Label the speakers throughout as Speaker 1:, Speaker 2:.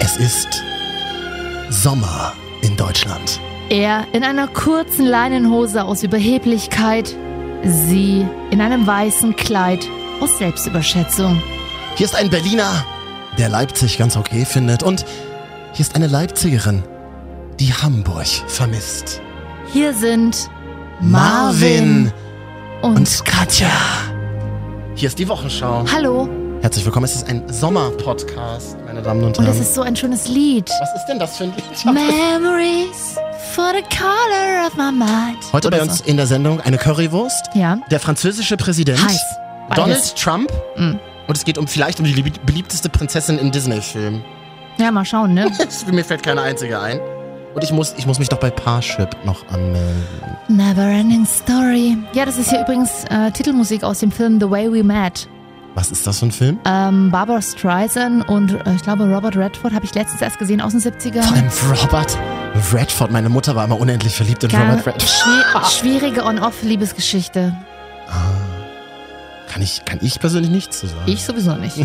Speaker 1: Es ist Sommer in Deutschland.
Speaker 2: Er in einer kurzen Leinenhose aus Überheblichkeit, sie in einem weißen Kleid aus Selbstüberschätzung.
Speaker 1: Hier ist ein Berliner, der Leipzig ganz okay findet. Und hier ist eine Leipzigerin, die Hamburg vermisst.
Speaker 2: Hier sind
Speaker 1: Marvin
Speaker 2: und,
Speaker 1: und Katja. Hier ist die Wochenschau.
Speaker 2: Hallo.
Speaker 1: Herzlich willkommen. Es ist ein Sommer-Podcast, meine Damen und
Speaker 2: Und
Speaker 1: Herren.
Speaker 2: es ist so ein schönes Lied.
Speaker 1: Was ist denn das für ein Lied? Ich hab das-
Speaker 2: Memories for the color of my mind.
Speaker 1: Heute
Speaker 2: Oder
Speaker 1: bei uns in der Sendung eine Currywurst,
Speaker 2: So. Ja.
Speaker 1: der französische Präsident,
Speaker 2: Heiß. Beides.
Speaker 1: Donald Trump
Speaker 2: Mm.
Speaker 1: und es geht um vielleicht um die lieb- beliebteste Prinzessin in Disney-Filmen.
Speaker 2: Ja, mal schauen, ne?
Speaker 1: Mir fällt keine einzige ein. Und ich muss, ich muss mich doch bei Parship noch anmelden.
Speaker 2: Neverending Story. Ja, das ist hier übrigens äh, Titelmusik aus dem Film The Way We Met.
Speaker 1: Was ist das für ein Film?
Speaker 2: Ähm, Barbara Streisand und äh, ich glaube Robert Redford habe ich letztens erst gesehen aus den 70ern.
Speaker 1: Vor allem Robert Redford. Meine Mutter war immer unendlich verliebt in
Speaker 2: Gar-
Speaker 1: Robert Redford.
Speaker 2: Schwi- Schwierige On-Off-Liebesgeschichte.
Speaker 1: Kann ich, kann ich persönlich nichts zu sagen.
Speaker 2: Ich sowieso nicht.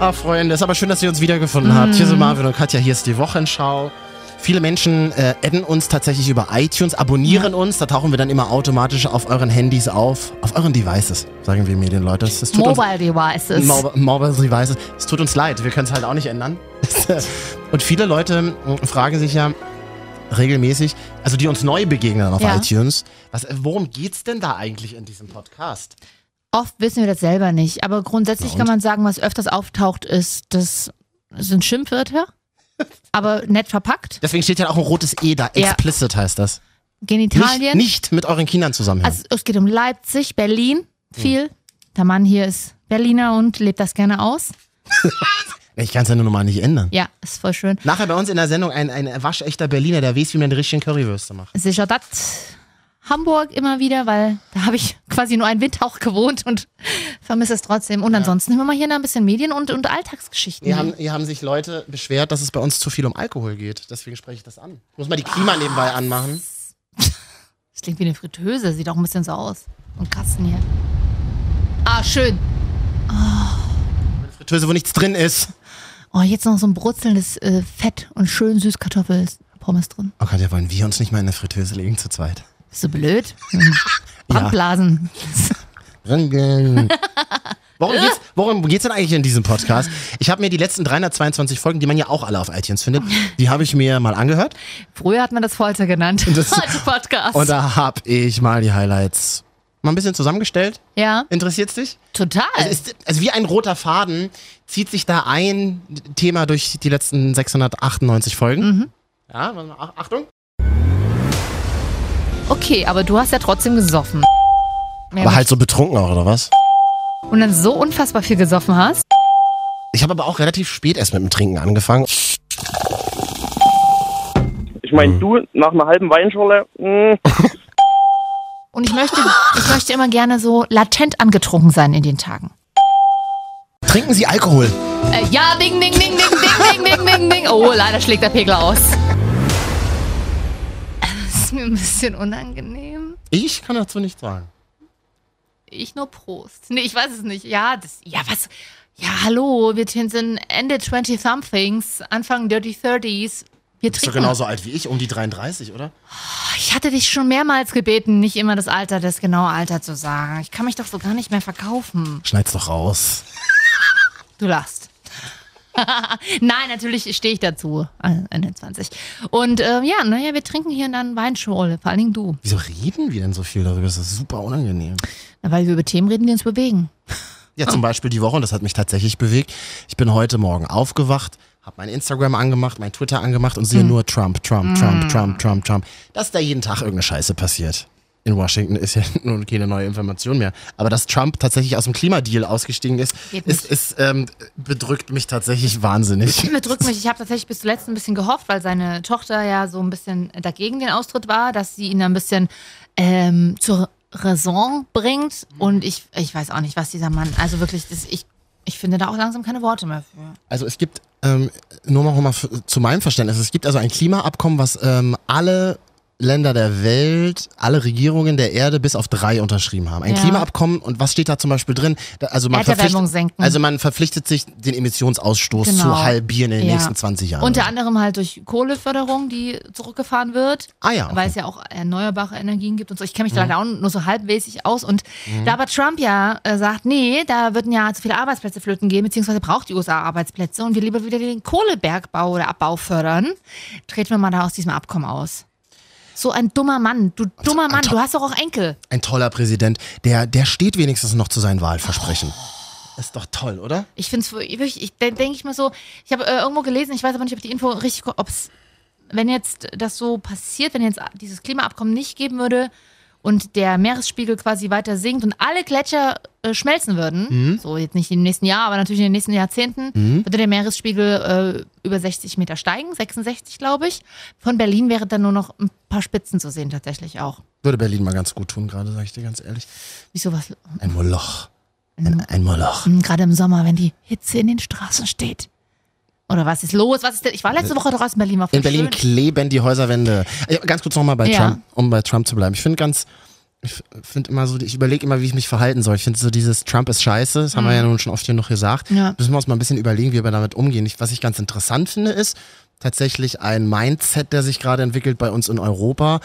Speaker 1: Ah, Freunde, ist aber schön, dass ihr uns wiedergefunden habt.
Speaker 2: Mm.
Speaker 1: Hier sind Marvin und Katja, hier ist die Wochenschau. Viele Menschen äh, adden uns tatsächlich über iTunes, abonnieren uns, da tauchen wir dann immer automatisch auf euren Handys auf, auf euren Devices, sagen wir Medienleute. Das, das tut uns,
Speaker 2: Mobile Devices.
Speaker 1: Mobile, Mobile Devices. Es tut uns leid, wir können es halt auch nicht ändern. und viele Leute mh, fragen sich ja regelmäßig, also die uns neu begegnen auf
Speaker 2: Ja.
Speaker 1: iTunes, was, worum geht's denn da eigentlich in diesem Podcast?
Speaker 2: Oft wissen wir das selber nicht, aber grundsätzlich
Speaker 1: Na und?
Speaker 2: kann man sagen, was öfters auftaucht, ist, das sind Schimpfwörter, aber nett verpackt.
Speaker 1: Deswegen steht ja auch ein rotes E da,
Speaker 2: Ja.
Speaker 1: explicit heißt das. Nicht,
Speaker 2: Genitalien.
Speaker 1: nicht mit euren Kindern zusammenhängen.
Speaker 2: Also es geht um Leipzig, Berlin, viel.
Speaker 1: Hm.
Speaker 2: Der Mann hier ist Berliner und lebt das gerne aus.
Speaker 1: Ich kann es ja nur normal nicht ändern.
Speaker 2: Ja, ist voll schön.
Speaker 1: Nachher bei uns in der Sendung ein, ein waschechter Berliner, der weiß, wie man die richtigen Currywürste macht.
Speaker 2: Sicher das. Hamburg immer wieder, weil da habe ich quasi nur einen Windhauch gewohnt und vermisse es trotzdem. Und ansonsten immer mal hier noch ein bisschen Medien und, und Alltagsgeschichten.
Speaker 1: Hier haben, hier haben sich Leute beschwert, dass es bei uns zu viel um Alkohol geht. Deswegen spreche ich das an. Ich muss mal die Klima nebenbei anmachen.
Speaker 2: Das klingt wie eine Fritteuse, sieht auch ein bisschen so aus. Und Kasten hier. Ah, schön.
Speaker 1: Fritteuse, wo nichts drin ist.
Speaker 2: Oh, jetzt noch so ein brutzelndes äh, Fett und schön süß Kartoffelpommes drin.
Speaker 1: Oh Gott, ja, wollen wir uns nicht mal in eine Fritteuse legen zu zweit?
Speaker 2: Bist du blöd? Brandblasen.
Speaker 1: Rangeln. Worum geht's, worum geht's denn eigentlich in diesem Podcast? Ich habe mir die letzten 322 Folgen, die man ja auch alle auf iTunes findet, die habe ich mir mal angehört.
Speaker 2: Früher hat man das Folter genannt.
Speaker 1: Das-
Speaker 2: Heute Podcast.
Speaker 1: Und da habe ich mal die Highlights mal ein bisschen zusammengestellt.
Speaker 2: ja,
Speaker 1: Interessiert's dich?
Speaker 2: total.
Speaker 1: Also, ist, also wie ein roter Faden zieht sich da ein Thema durch die letzten 698 Folgen. Ja, warte mal, Ach- Achtung.
Speaker 2: okay, aber du hast ja trotzdem gesoffen. Mehr
Speaker 1: Aber halt so betrunken auch, oder was?
Speaker 2: nicht. Und dann so unfassbar viel gesoffen hast.
Speaker 1: Ich habe aber auch relativ spät erst mit dem Trinken angefangen.
Speaker 3: Ich
Speaker 1: Mhm.
Speaker 3: meine, du nach einer halben Weinschorle, mm. mh,
Speaker 2: Und ich möchte, ich möchte immer gerne so latent angetrunken sein in den Tagen.
Speaker 1: Trinken Sie Alkohol?
Speaker 2: Äh, ja, ding, ding, ding, ding, ding, ding, ding, ding, ding. Oh, leider schlägt der Pegel aus. Das ist mir ein bisschen unangenehm.
Speaker 1: Ich kann dazu nichts sagen.
Speaker 2: Ich nur Prost. Nee, ich weiß es nicht. Ja, das, ja, was? Ja, hallo, wir sind Ende 20-somethings, Anfang der 30s. Wir
Speaker 1: Bist du
Speaker 2: trinken.
Speaker 1: genauso alt wie ich, um die 33, oder?
Speaker 2: Ich hatte dich schon mehrmals gebeten, nicht immer das Alter, das genaue Alter zu sagen. Ich kann mich doch so gar nicht mehr verkaufen.
Speaker 1: Schneid's doch raus.
Speaker 2: Du lachst. Nein, natürlich stehe ich dazu. äh, Ende 20. Und ähm, ja, naja, wir trinken hier dann Weinschorle, vor allen Dingen du.
Speaker 1: Wieso reden wir denn so viel darüber? Das ist super unangenehm.
Speaker 2: Na, Weil wir über Themen reden, die uns bewegen.
Speaker 1: Ja, zum Beispiel die Woche, und das hat mich tatsächlich bewegt. Ich bin heute Morgen aufgewacht, habe mein Instagram angemacht, mein Twitter angemacht und sehe nur Trump, Trump, Trump, Trump, Trump, Trump. Dass da jeden Tag irgendeine Scheiße passiert. In Washington ist ja nun keine neue Information mehr. Aber dass Trump tatsächlich aus dem Klimadeal ausgestiegen ist,
Speaker 2: Geht
Speaker 1: ist, ist ähm, bedrückt mich tatsächlich wahnsinnig.
Speaker 2: Bedrückt mich. Ich habe tatsächlich bis zuletzt ein bisschen gehofft, weil seine Tochter ja so ein bisschen dagegen den Austritt war, dass sie ihn ein bisschen ähm, zur Raison bringt. Und ich, ich weiß auch nicht, was dieser Mann. Also wirklich, das, ich, ich finde da auch langsam keine Worte mehr für.
Speaker 1: Also es gibt, ähm, nur noch mal f- zu meinem Verständnis, es gibt also ein Klimaabkommen, was ähm, alle Länder der Welt, alle Regierungen der Erde bis auf drei unterschrieben haben. Ein
Speaker 2: Ja.
Speaker 1: Klimaabkommen und was steht da zum Beispiel drin? Da, also, man
Speaker 2: Erderwärmung
Speaker 1: verpflichtet,
Speaker 2: senken.
Speaker 1: also man verpflichtet sich, den Emissionsausstoß
Speaker 2: Genau.
Speaker 1: zu halbieren in den
Speaker 2: Ja.
Speaker 1: nächsten 20 Jahren.
Speaker 2: Unter anderem halt durch Kohleförderung, die zurückgefahren wird.
Speaker 1: ah ja, okay. Mhm.
Speaker 2: weil es ja auch erneuerbare Energien gibt und so. Ich kenne mich da auch nur so halbmäßig aus. Und da aber Trump ja äh, sagt, nee, da würden ja zu viele Arbeitsplätze flöten gehen, beziehungsweise braucht die USA Arbeitsplätze und wir lieber wieder den Kohlebergbau oder Abbau fördern, treten wir mal da aus diesem Abkommen aus. So ein dummer Mann, du
Speaker 1: Also
Speaker 2: dummer Mann, du hast doch auch Enkel.
Speaker 1: ein toller Präsident. Der, der steht wenigstens noch zu seinen Wahlversprechen.
Speaker 2: Oh.
Speaker 1: Ist doch toll, oder?
Speaker 2: Ich finde es wirklich, ich, denke ich mir so, ich habe äh, irgendwo gelesen, ich weiß aber nicht, ob die Info richtig, ob es, wenn jetzt das so passiert, wenn jetzt dieses Klimaabkommen nicht geben würde und der Meeresspiegel quasi weiter sinkt und alle Gletscher äh, schmelzen würden, so jetzt nicht im nächsten Jahr, aber natürlich in den nächsten Jahrzehnten, würde der Meeresspiegel äh, über 60 Meter steigen, 66 glaube ich. Von Berlin wäre dann nur noch ein paar Spitzen zu sehen tatsächlich auch.
Speaker 1: Würde Berlin mal ganz gut tun, gerade, sage ich dir ganz ehrlich.
Speaker 2: Wieso was?
Speaker 1: Ein Moloch. Ein, ein Moloch.
Speaker 2: Hm, Gerade im Sommer, wenn die Hitze in den Straßen steht. Oder was ist los? Was ist denn? Ich war letzte Woche doch aus in Berlin. War voll
Speaker 1: In Berlin
Speaker 2: schön.
Speaker 1: kleben die Häuserwände. Äh, Ganz kurz nochmal bei
Speaker 2: Ja.
Speaker 1: Trump, um bei Trump zu bleiben. Ich finde ganz, ich finde immer so, ich überlege immer, wie ich mich verhalten soll. Ich finde so dieses Trump ist scheiße, das haben wir ja nun schon oft hier noch gesagt.
Speaker 2: Mhm. Ja.
Speaker 1: Müssen wir uns mal ein bisschen überlegen, wie wir damit umgehen. Ich, was ich ganz interessant finde, ist tatsächlich ein Mindset, der sich gerade entwickelt bei uns in Europa,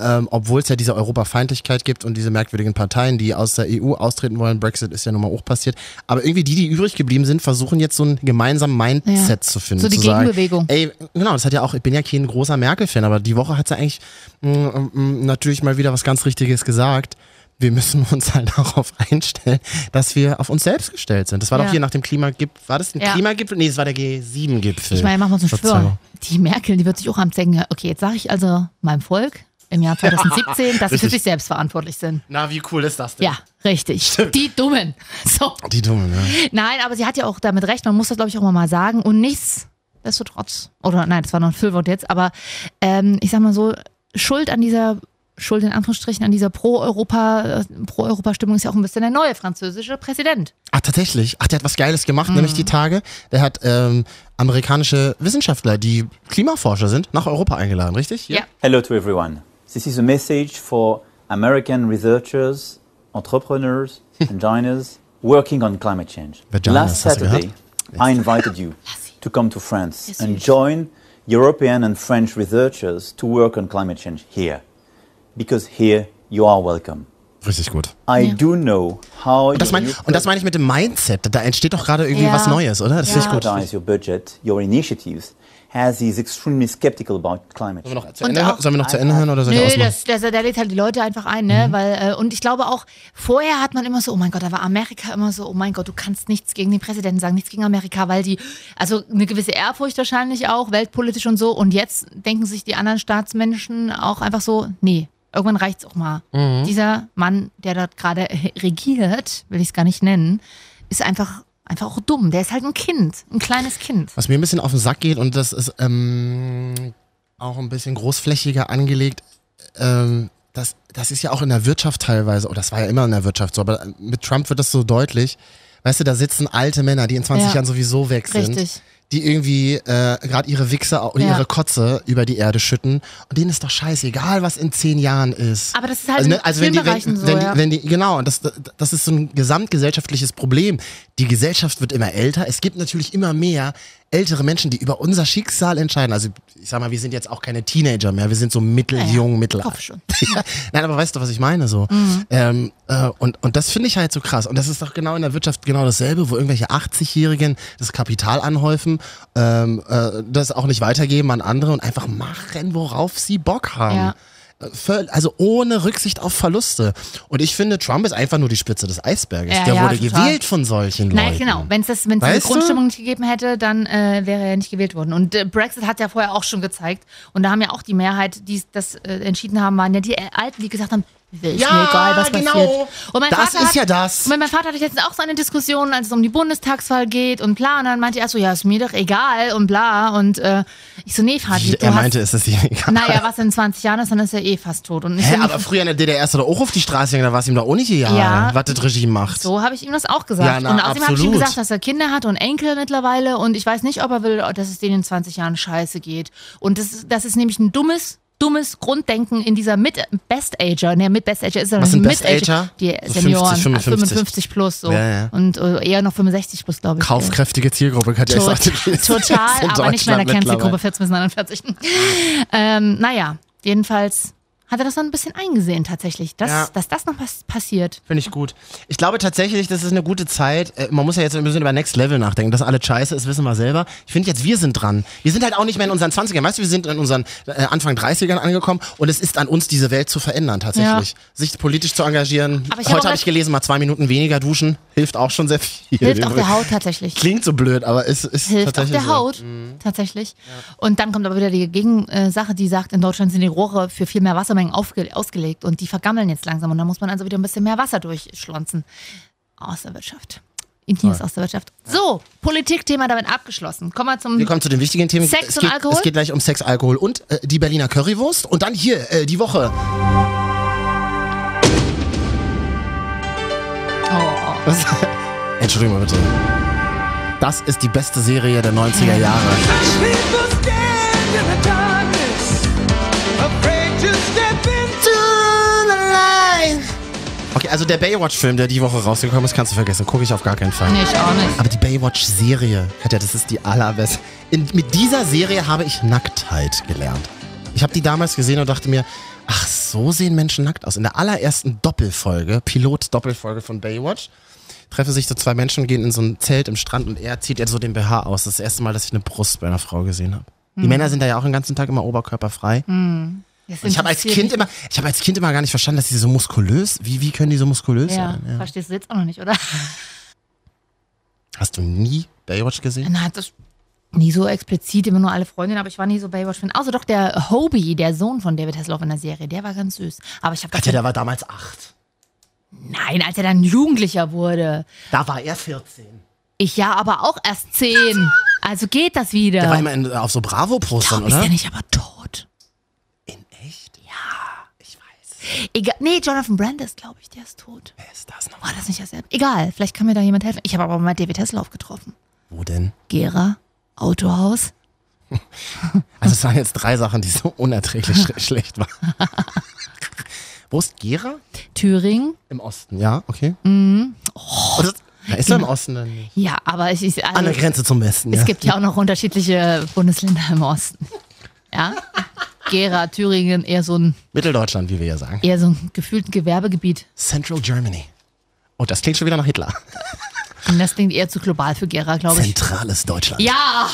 Speaker 1: ähm, obwohl es ja diese Europafeindlichkeit gibt und diese merkwürdigen Parteien, die aus der EU austreten wollen. Brexit ist ja nun mal auch passiert. Aber irgendwie die, die übrig geblieben sind, versuchen jetzt so ein gemeinsames Mindset
Speaker 2: Ja.
Speaker 1: zu finden.
Speaker 2: So die
Speaker 1: zu sagen,
Speaker 2: Gegenbewegung.
Speaker 1: Ey, genau, das hat ja auch, ich bin ja kein großer Merkel-Fan, aber die Woche hat sie eigentlich mh, mh, natürlich mal wieder was ganz Richtiges gesagt. Wir müssen uns halt darauf einstellen, dass wir auf uns selbst gestellt sind. Das war
Speaker 2: Ja.
Speaker 1: doch hier nach dem Klimagipfel. War das ein
Speaker 2: Ja.
Speaker 1: Klimagipfel? Nee, das war der G7-Gipfel.
Speaker 2: Ich meine, machen wir uns einen Schwör.
Speaker 1: Verzeihung.
Speaker 2: Die Merkel, die wird sich auch am Zengen. Okay, jetzt sage ich also meinem Volk im Jahr 2017, dass sie für
Speaker 1: richtig.
Speaker 2: sich selbst verantwortlich sind.
Speaker 1: Na, wie cool ist das denn?
Speaker 2: Ja, richtig. Die Dummen. So.
Speaker 1: Die Dumme, ne?
Speaker 2: Nein, aber sie hat ja auch damit recht. Man muss das, glaube ich, auch immer mal sagen. Und nichtsdestotrotz, oder nein, das war noch ein Füllwort jetzt, aber ähm, ich sag mal so, Schuld an dieser, Schuld in Anführungsstrichen an dieser Pro-Europa, äh, Pro-Europa-Stimmung ist ja auch ein bisschen der neue französische Präsident.
Speaker 1: Ach, tatsächlich. Ach, der hat was Geiles gemacht,
Speaker 2: Mhm.
Speaker 1: nämlich die Tage. Der hat ähm, amerikanische Wissenschaftler, die Klimaforscher sind, nach Europa eingeladen, richtig? Hier?
Speaker 2: Ja.
Speaker 4: Hello to everyone. This is a message for American researchers, entrepreneurs, engineers working on climate change.
Speaker 1: Vaginas,
Speaker 4: Last
Speaker 1: hast du
Speaker 4: Saturday, I invited you to come to France and join European and French researchers to work on climate change here. Because here you are welcome.
Speaker 1: Richtig gut.
Speaker 4: I
Speaker 2: Yeah.
Speaker 4: do know how
Speaker 1: Und das,
Speaker 4: your
Speaker 1: mein,
Speaker 4: new
Speaker 1: und das meine ich mit dem Mindset. Da entsteht doch gerade irgendwie
Speaker 2: Ja.
Speaker 1: was Neues, oder? Das
Speaker 2: Ja.
Speaker 1: finde ich gut.
Speaker 4: prioritize your budget, your initiatives, as is extremely skeptical about climate
Speaker 1: Sollen wir
Speaker 4: change.
Speaker 1: noch zu
Speaker 2: Und
Speaker 1: Ende,
Speaker 2: auch-
Speaker 1: hören? sollen wir noch zu Ende hören oder soll ich
Speaker 2: Nö,
Speaker 1: ausmachen? Mhm.
Speaker 2: das, das, der lädt halt die Leute einfach ein, ne? Weil, äh, und ich glaube auch, vorher hat man immer so, oh mein Gott, da war Amerika immer so, oh mein Gott, du kannst nichts gegen den Präsidenten sagen, nichts gegen Amerika, weil die, also eine gewisse Ehrfurcht wahrscheinlich auch, weltpolitisch und so. Und jetzt denken sich die anderen Staatsmenschen auch einfach so, nee, irgendwann reicht's auch mal.
Speaker 1: Mhm.
Speaker 2: Dieser Mann, der dort gerade regiert, will ich es gar nicht nennen, ist einfach, einfach auch dumm. Der ist halt ein Kind, ein kleines Kind.
Speaker 1: Was mir ein bisschen auf den Sack geht und das ist ähm, auch ein bisschen großflächiger angelegt, ähm, das, das ist ja auch in der Wirtschaft teilweise, oh, das war ja immer in der Wirtschaft so, aber mit Trump wird das so deutlich. Weißt du, da sitzen alte Männer, die in 20
Speaker 2: Ja.
Speaker 1: Jahren sowieso weg sind.
Speaker 2: Richtig.
Speaker 1: Die irgendwie äh, gerade ihre Wichse au- oder
Speaker 2: Ja.
Speaker 1: ihre Kotze über die Erde schütten. Und denen ist doch scheißegal, was in zehn Jahren ist. Also, ne,
Speaker 2: Aber das ist halt in
Speaker 1: wenn die, wenn,
Speaker 2: Filmbereichen so,
Speaker 1: wenn, die-
Speaker 2: ja.
Speaker 1: wenn die, genau, und das, das ist so ein gesamtgesellschaftliches Problem. Die Gesellschaft wird immer älter. Es gibt natürlich immer mehr ältere Menschen, die über unser Schicksal entscheiden. Also ich sag mal, wir sind jetzt auch keine Teenager mehr. Wir sind so mitteljung,
Speaker 2: Kopf
Speaker 1: mittelalt.
Speaker 2: schon.
Speaker 1: Ja. Nein, aber weißt du, was ich meine so?
Speaker 2: Mhm.
Speaker 1: Ähm, äh, und, und das finde ich halt so krass. Und das ist doch genau in der Wirtschaft genau dasselbe, wo irgendwelche 80-Jährigen das Kapital anhäufen, ähm, äh, das auch nicht weitergeben an andere und einfach machen, worauf sie Bock haben.
Speaker 2: Ja.
Speaker 1: Äh, völ- Also ohne Rücksicht auf Verluste. Und ich finde, Trump ist einfach nur die Spitze des Eisberges.
Speaker 2: Ja,
Speaker 1: Der
Speaker 2: ja,
Speaker 1: wurde
Speaker 2: total.
Speaker 1: gewählt von solchen
Speaker 2: Nein,
Speaker 1: Leuten.
Speaker 2: genau. Wenn es das, wenn's diese
Speaker 1: Weißt du?
Speaker 2: Grundstimmung nicht gegeben hätte, dann äh, wäre er nicht gewählt worden. Und äh, Brexit hat ja vorher auch schon gezeigt. Und da haben ja auch die Mehrheit, die das äh, entschieden haben, waren ja die äh, Alten, die gesagt haben, ist
Speaker 1: Ja,
Speaker 2: mir egal, was
Speaker 1: genau.
Speaker 2: passiert. Und mein
Speaker 1: Das
Speaker 2: Vater
Speaker 1: ist
Speaker 2: hat,
Speaker 1: ja das.
Speaker 2: Mein, mein Vater hatte letztens auch so eine Diskussion, als es um die Bundestagswahl geht und bla. Und dann meinte er so, ja, ist mir doch egal und bla. Und äh, ich so, nee, Vati, du
Speaker 1: Er
Speaker 2: hast,
Speaker 1: meinte, es ist ihm egal.
Speaker 2: naja, was in 20 Jahren ist, dann ist er eh fast tot. Und ich
Speaker 1: Hä,
Speaker 2: so,
Speaker 1: aber früher in der DDR ist er doch auch auf die Straße gegangen, da war es ihm doch auch nicht egal,
Speaker 2: Ja.
Speaker 1: was das Regime macht.
Speaker 2: So habe ich ihm das auch gesagt.
Speaker 1: Ja, na,
Speaker 2: und außerdem habe ich ihm
Speaker 1: absolut.
Speaker 2: gesagt, dass er Kinder hat und Enkel mittlerweile. Und ich weiß nicht, ob er will, dass es denen in 20 Jahren scheiße geht. Und das, ist- das ist nämlich ein dummes, dummes Grunddenken in dieser Mid Best Ager, ne, Mid Best Ager ist ja
Speaker 1: Was
Speaker 2: noch
Speaker 1: sind
Speaker 2: Mid
Speaker 1: Best-Ager?
Speaker 2: Die
Speaker 1: So
Speaker 2: Senioren,
Speaker 1: 50,
Speaker 2: 55. 55 plus so
Speaker 1: Ja, ja.
Speaker 2: und äh, eher noch 65 plus, glaube ich.
Speaker 1: Kaufkräftige Zielgruppe, Katja. ich
Speaker 2: Tot,
Speaker 1: sagte, die ist jetzt in
Speaker 2: total, aber nicht mehr in der
Speaker 1: Deutschland
Speaker 2: Cancel-Gruppe
Speaker 1: mittlerweile.
Speaker 2: 14 bis 49. ähm, naja, jedenfalls hat er das dann ein bisschen eingesehen tatsächlich, dass,
Speaker 1: Ja.
Speaker 2: dass das noch was passiert.
Speaker 1: Finde ich gut. Ich glaube tatsächlich, das ist eine gute Zeit. Äh, Man muss ja jetzt ein bisschen über Next Level nachdenken. Dass alles scheiße ist, wissen wir selber. Ich finde jetzt, wir sind dran. Wir sind halt auch nicht mehr in unseren 20ern. Weißt du, wir sind in unseren äh, Anfang 30ern angekommen und es ist an uns, diese Welt zu verändern tatsächlich.
Speaker 2: Ja.
Speaker 1: Sich politisch zu engagieren.
Speaker 2: Aber ich hab
Speaker 1: Heute
Speaker 2: auch
Speaker 1: habe ich gelesen, mal zwei Minuten weniger duschen. Hilft auch schon sehr viel.
Speaker 2: Hilft auch der Haut tatsächlich.
Speaker 1: Klingt so blöd, aber es ist
Speaker 2: hilft auf
Speaker 1: tatsächlich
Speaker 2: der
Speaker 1: so. Mhm.
Speaker 2: Haut, tatsächlich. Und dann kommt aber wieder die Gegensache, die sagt, in Deutschland sind die Rohre für viel mehr Wassermengen aufge ausgelegt und die vergammeln jetzt langsam und da muss man also wieder ein bisschen mehr Wasser durchschlonzen. Aus der Wirtschaft. Intimes aus der Wirtschaft. So, Politikthema damit abgeschlossen. Kommen wir zum
Speaker 1: Wir kommen zu den wichtigen Themen.
Speaker 2: Sex
Speaker 1: es
Speaker 2: und
Speaker 1: geht,
Speaker 2: Alkohol?
Speaker 1: Es geht gleich um Sex, Alkohol und äh, die Berliner Currywurst. Und dann hier äh, die Woche.
Speaker 2: Oh, oh.
Speaker 1: Was? Entschuldigung mal bitte. Das ist die beste Serie der 90er Jahre.
Speaker 5: People stand in the darkness, afraid to step into
Speaker 1: Okay, also der Baywatch-Film, der die Woche rausgekommen ist, kannst du vergessen. Gucke ich auf gar keinen Fall.
Speaker 2: Nee, ich auch nicht.
Speaker 1: Aber die Baywatch-Serie, Katja, das ist die allerbeste. In, mit dieser Serie habe ich Nacktheit gelernt. Ich habe die damals gesehen und dachte mir, ach, so sehen Menschen nackt aus. In der allerersten Doppelfolge, Pilot-Doppelfolge von Baywatch, treffen sich so zwei Menschen, gehen in so ein Zelt im Strand und er zieht ihr so den BH aus. Das ist das erste Mal, dass ich eine Brust bei einer Frau gesehen habe.
Speaker 2: Mhm.
Speaker 1: Die Männer sind da ja auch den ganzen Tag immer oberkörperfrei.
Speaker 2: Das
Speaker 1: Und ich habe als
Speaker 2: interessiert
Speaker 1: Kind immer, ich habe als Kind immer gar nicht verstanden, dass die so muskulös, wie, wie können die so muskulös
Speaker 2: mich- Ja,
Speaker 1: sein? Ja.
Speaker 2: verstehst du jetzt auch noch nicht, oder?
Speaker 1: Hast du nie Baywatch gesehen?
Speaker 2: Na, das nie so explizit, immer nur alle Freundinnen, aber ich war nie so Baywatch-Fan. Außer doch der Hobie, der Sohn von David Hasselhoff in der Serie, der war ganz süß. Aber ich habe
Speaker 1: Katja, der war damals acht.
Speaker 2: Nein, als er dann Jugendlicher wurde.
Speaker 1: Da war er 14.
Speaker 2: Ich ja aber auch erst zehn. Also geht das wieder.
Speaker 1: Der war immer in, auf so Bravo-Postern,
Speaker 2: ist
Speaker 1: oder?
Speaker 2: ja nicht aber tot.
Speaker 1: In echt? Ja. Ich weiß.
Speaker 2: Egal. Nee, Jonathan Brandis, glaube ich, der ist tot.
Speaker 1: Wer ist das
Speaker 2: War
Speaker 1: nochmal?
Speaker 2: das nicht derselbe? Egal, vielleicht kann mir da jemand helfen. Ich habe aber mal David Hasselhoff getroffen.
Speaker 1: Wo denn?
Speaker 2: Gera, Autohaus.
Speaker 1: Also es waren jetzt drei Sachen, die so unerträglich sch schlecht waren. Wo ist Gera?
Speaker 2: Thüringen.
Speaker 1: Im Osten, ja, okay. Mhm. Oh, das, na, ist er im Osten dann nicht?
Speaker 2: Ja, aber ich. ich
Speaker 1: An
Speaker 2: also,
Speaker 1: der Grenze zum Westen, ja.
Speaker 2: Es gibt ja auch noch unterschiedliche Bundesländer im Osten. Ja? Gera, Thüringen, eher so ein,
Speaker 1: Mitteldeutschland, wie wir ja sagen.
Speaker 2: eher so ein gefühlten Gewerbegebiet.
Speaker 1: Central Germany. Oh, das klingt schon wieder nach Hitler.
Speaker 2: Und das klingt eher zu global für Gera, glaube ich.
Speaker 1: Zentrales Deutschland.
Speaker 2: Ja!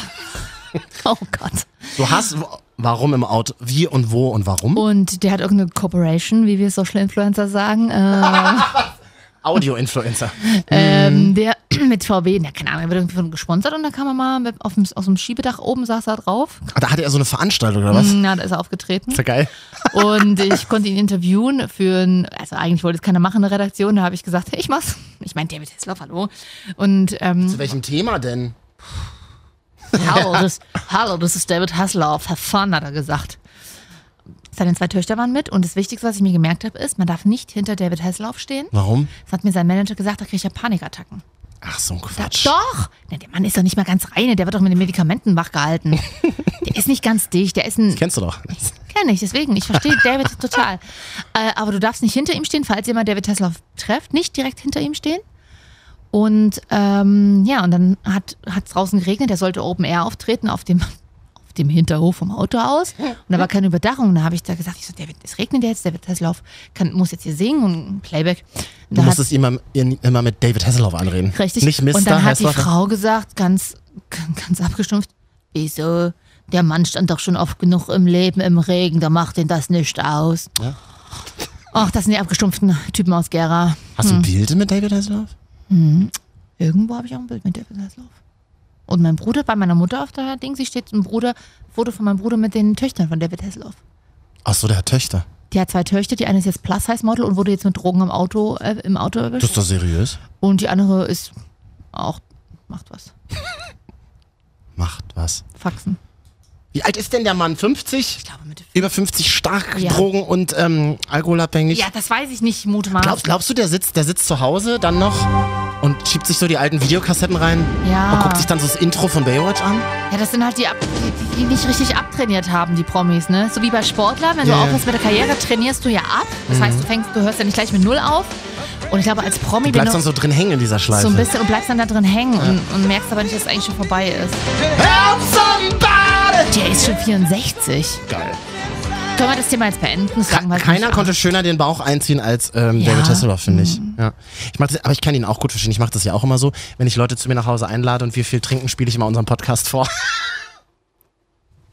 Speaker 2: Oh Gott.
Speaker 1: Du hast w- warum im Auto, wie und wo und warum?
Speaker 2: Und der hat irgendeine Corporation, wie wir Social Influencer sagen, äh,
Speaker 1: Audio-Influencer.
Speaker 2: ähm, der mit VW, na keine Ahnung, der wird irgendwie von gesponsert und da kam er mal mit auf dem, aus dem Schiebedach oben, saß er drauf.
Speaker 1: Ah, Da hatte er so eine Veranstaltung oder was? Ist
Speaker 2: Na, da ist er aufgetreten.
Speaker 1: ja geil.
Speaker 2: Und ich konnte ihn interviewen für ein, also eigentlich wollte es keiner machen, eine Redaktion. Da habe ich gesagt, hey, ich mach's. Ich meine, David Hasselhoff, hallo. Und ähm,
Speaker 1: Zu welchem Thema denn?
Speaker 2: hallo, das, hallo, das ist David Hasselhoff. Have fun, hat er gesagt. Seine zwei Töchter waren mit und das Wichtigste, was ich mir gemerkt habe, ist, man darf nicht hinter David Hasselhoff stehen.
Speaker 1: Warum?
Speaker 2: Das hat mir sein Manager gesagt, da kriege ich ja Panikattacken.
Speaker 1: Ach, so ein Quatsch.
Speaker 2: Doch! Na, der Mann ist doch nicht mal ganz reine, der wird doch mit den Medikamenten wachgehalten. der ist nicht ganz dicht, der ist ein
Speaker 1: Kennst du doch.
Speaker 2: Kenne ich, deswegen. Ich verstehe David total. Äh, aber du darfst nicht hinter ihm stehen, falls jemand David Tesla trifft, nicht direkt hinter ihm stehen. Und ähm, ja, und dann hat es draußen geregnet, er sollte Open Air auftreten auf dem, auf dem Hinterhof vom Autohaus. Und da war keine Überdachung. Und da habe ich da gesagt, ich so, David, es regnet jetzt, David Tesla kann, muss jetzt hier singen und Playback. Und
Speaker 1: Du
Speaker 2: da
Speaker 1: musst
Speaker 2: hat-
Speaker 1: es immer, immer mit David Hasselhoff anreden.
Speaker 2: Richtig.
Speaker 1: Nicht Mr.
Speaker 2: Und dann hat die
Speaker 1: Hasselhoff.
Speaker 2: Frau gesagt, ganz, ganz abgestumpft, wieso? Der Mann stand doch schon oft genug im Leben im Regen, da macht ihn das nicht aus.
Speaker 1: Ja.
Speaker 2: Ach, das sind die abgestumpften Typen aus Gera.
Speaker 1: Hast du Bilder mit David Hasselhoff?
Speaker 2: Irgendwo habe ich auch ein Bild mit David Hasselhoff. Und mein Bruder bei meiner Mutter auf der Ding, sie steht ein Bruder, Foto von meinem Bruder mit den Töchtern von David Hasselhoff.
Speaker 1: Ach so, der hat Töchter.
Speaker 2: Die hat zwei Töchter, die eine ist jetzt Plus-Size-Model und wurde jetzt mit Drogen im Auto, äh, im Auto erwischt.
Speaker 1: Das ist doch seriös.
Speaker 2: Und die andere ist auch, macht was.
Speaker 1: Macht was.
Speaker 2: Faxen.
Speaker 1: Wie alt ist denn der Mann? 50?
Speaker 2: Ich glaube, Mitte
Speaker 1: Über 50 stark
Speaker 2: Ja.
Speaker 1: drogen- und ähm, alkoholabhängig?
Speaker 2: Ja, das weiß ich nicht, mutmaßlich.
Speaker 1: Glaub, glaubst du, der sitzt, der sitzt zu Hause dann noch und schiebt sich so die alten Videokassetten rein
Speaker 2: Ja.
Speaker 1: und guckt sich dann so das Intro von Baywatch an?
Speaker 2: Ja, das sind halt die, ab die, die nicht richtig abtrainiert haben, die Promis, ne? So wie bei Sportlern, wenn
Speaker 1: Ja,
Speaker 2: du
Speaker 1: ja. Mhm.
Speaker 2: aufhörst mit der Karriere, trainierst du ja ab. Das heißt, du fängst, du hörst ja nicht gleich mit Null auf. Und ich glaube, als Promi
Speaker 1: Du bleibst dann
Speaker 2: bist
Speaker 1: so drin hängen in dieser Schleife.
Speaker 2: so ein bisschen und bleibst dann da drin hängen und, und merkst aber nicht, dass es eigentlich schon vorbei ist. Der ist schon 64.
Speaker 1: Geil.
Speaker 2: Können wir das Thema jetzt beenden? Das
Speaker 1: Ka-
Speaker 2: langweilt
Speaker 1: Keiner
Speaker 2: mich
Speaker 1: konnte schöner den Bauch einziehen als ähm,
Speaker 2: Ja. Mhm.
Speaker 1: David Hasselhoff, finde ich. Ja. ich mach das, aber ich kann ihn auch gut verstehen. Ich mache das ja auch immer so. Wenn ich Leute zu mir nach Hause einlade und wir viel trinken, spiele ich immer unseren Podcast vor.
Speaker 2: ab.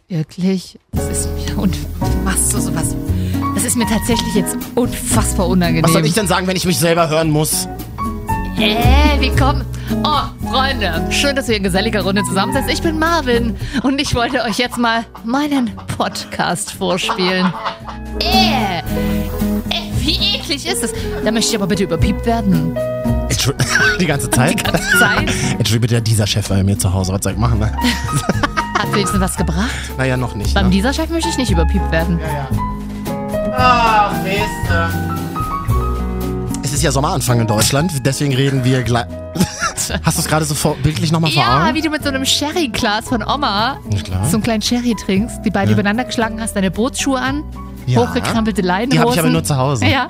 Speaker 2: Wirklich? Das ist mir und machst du sowas? Das ist mir tatsächlich jetzt unfassbar unangenehm.
Speaker 1: Was soll ich denn sagen, wenn ich mich selber hören muss?
Speaker 2: Hey, Äh, wie kommt? Oh, Freunde, schön, dass wir in geselliger Runde zusammensitzen. Ich bin Marvin und ich wollte euch jetzt mal meinen Podcast vorspielen. Äh, äh, wie eklig ist das? Da möchte ich aber bitte überpiept werden.
Speaker 1: Entschuld die ganze Zeit?
Speaker 2: Zeit
Speaker 1: Entschuldigung, bitte, dieser Chef war bei mir zu Hause. Was soll ich machen? Ne?
Speaker 2: hat wenigstens was gebracht.
Speaker 1: Naja, noch nicht.
Speaker 2: Beim
Speaker 1: Ne?
Speaker 2: dieser Chef möchte ich nicht überpiept werden.
Speaker 1: Es ist ja Sommeranfang in Deutschland, deswegen reden wir gleich. Hast du es gerade so vor, bildlich nochmal vor
Speaker 2: Ja,
Speaker 1: Augen?
Speaker 2: wie du mit so einem Sherry-Glas von Oma
Speaker 1: Na klar.
Speaker 2: so einen kleinen Sherry trinkst, die beide übereinander geschlagen hast, deine Bootsschuhe an,
Speaker 1: Ja.
Speaker 2: hochgekrempelte Leinenhosen.
Speaker 1: Die habe ich aber nur zu Hause.
Speaker 2: Ja.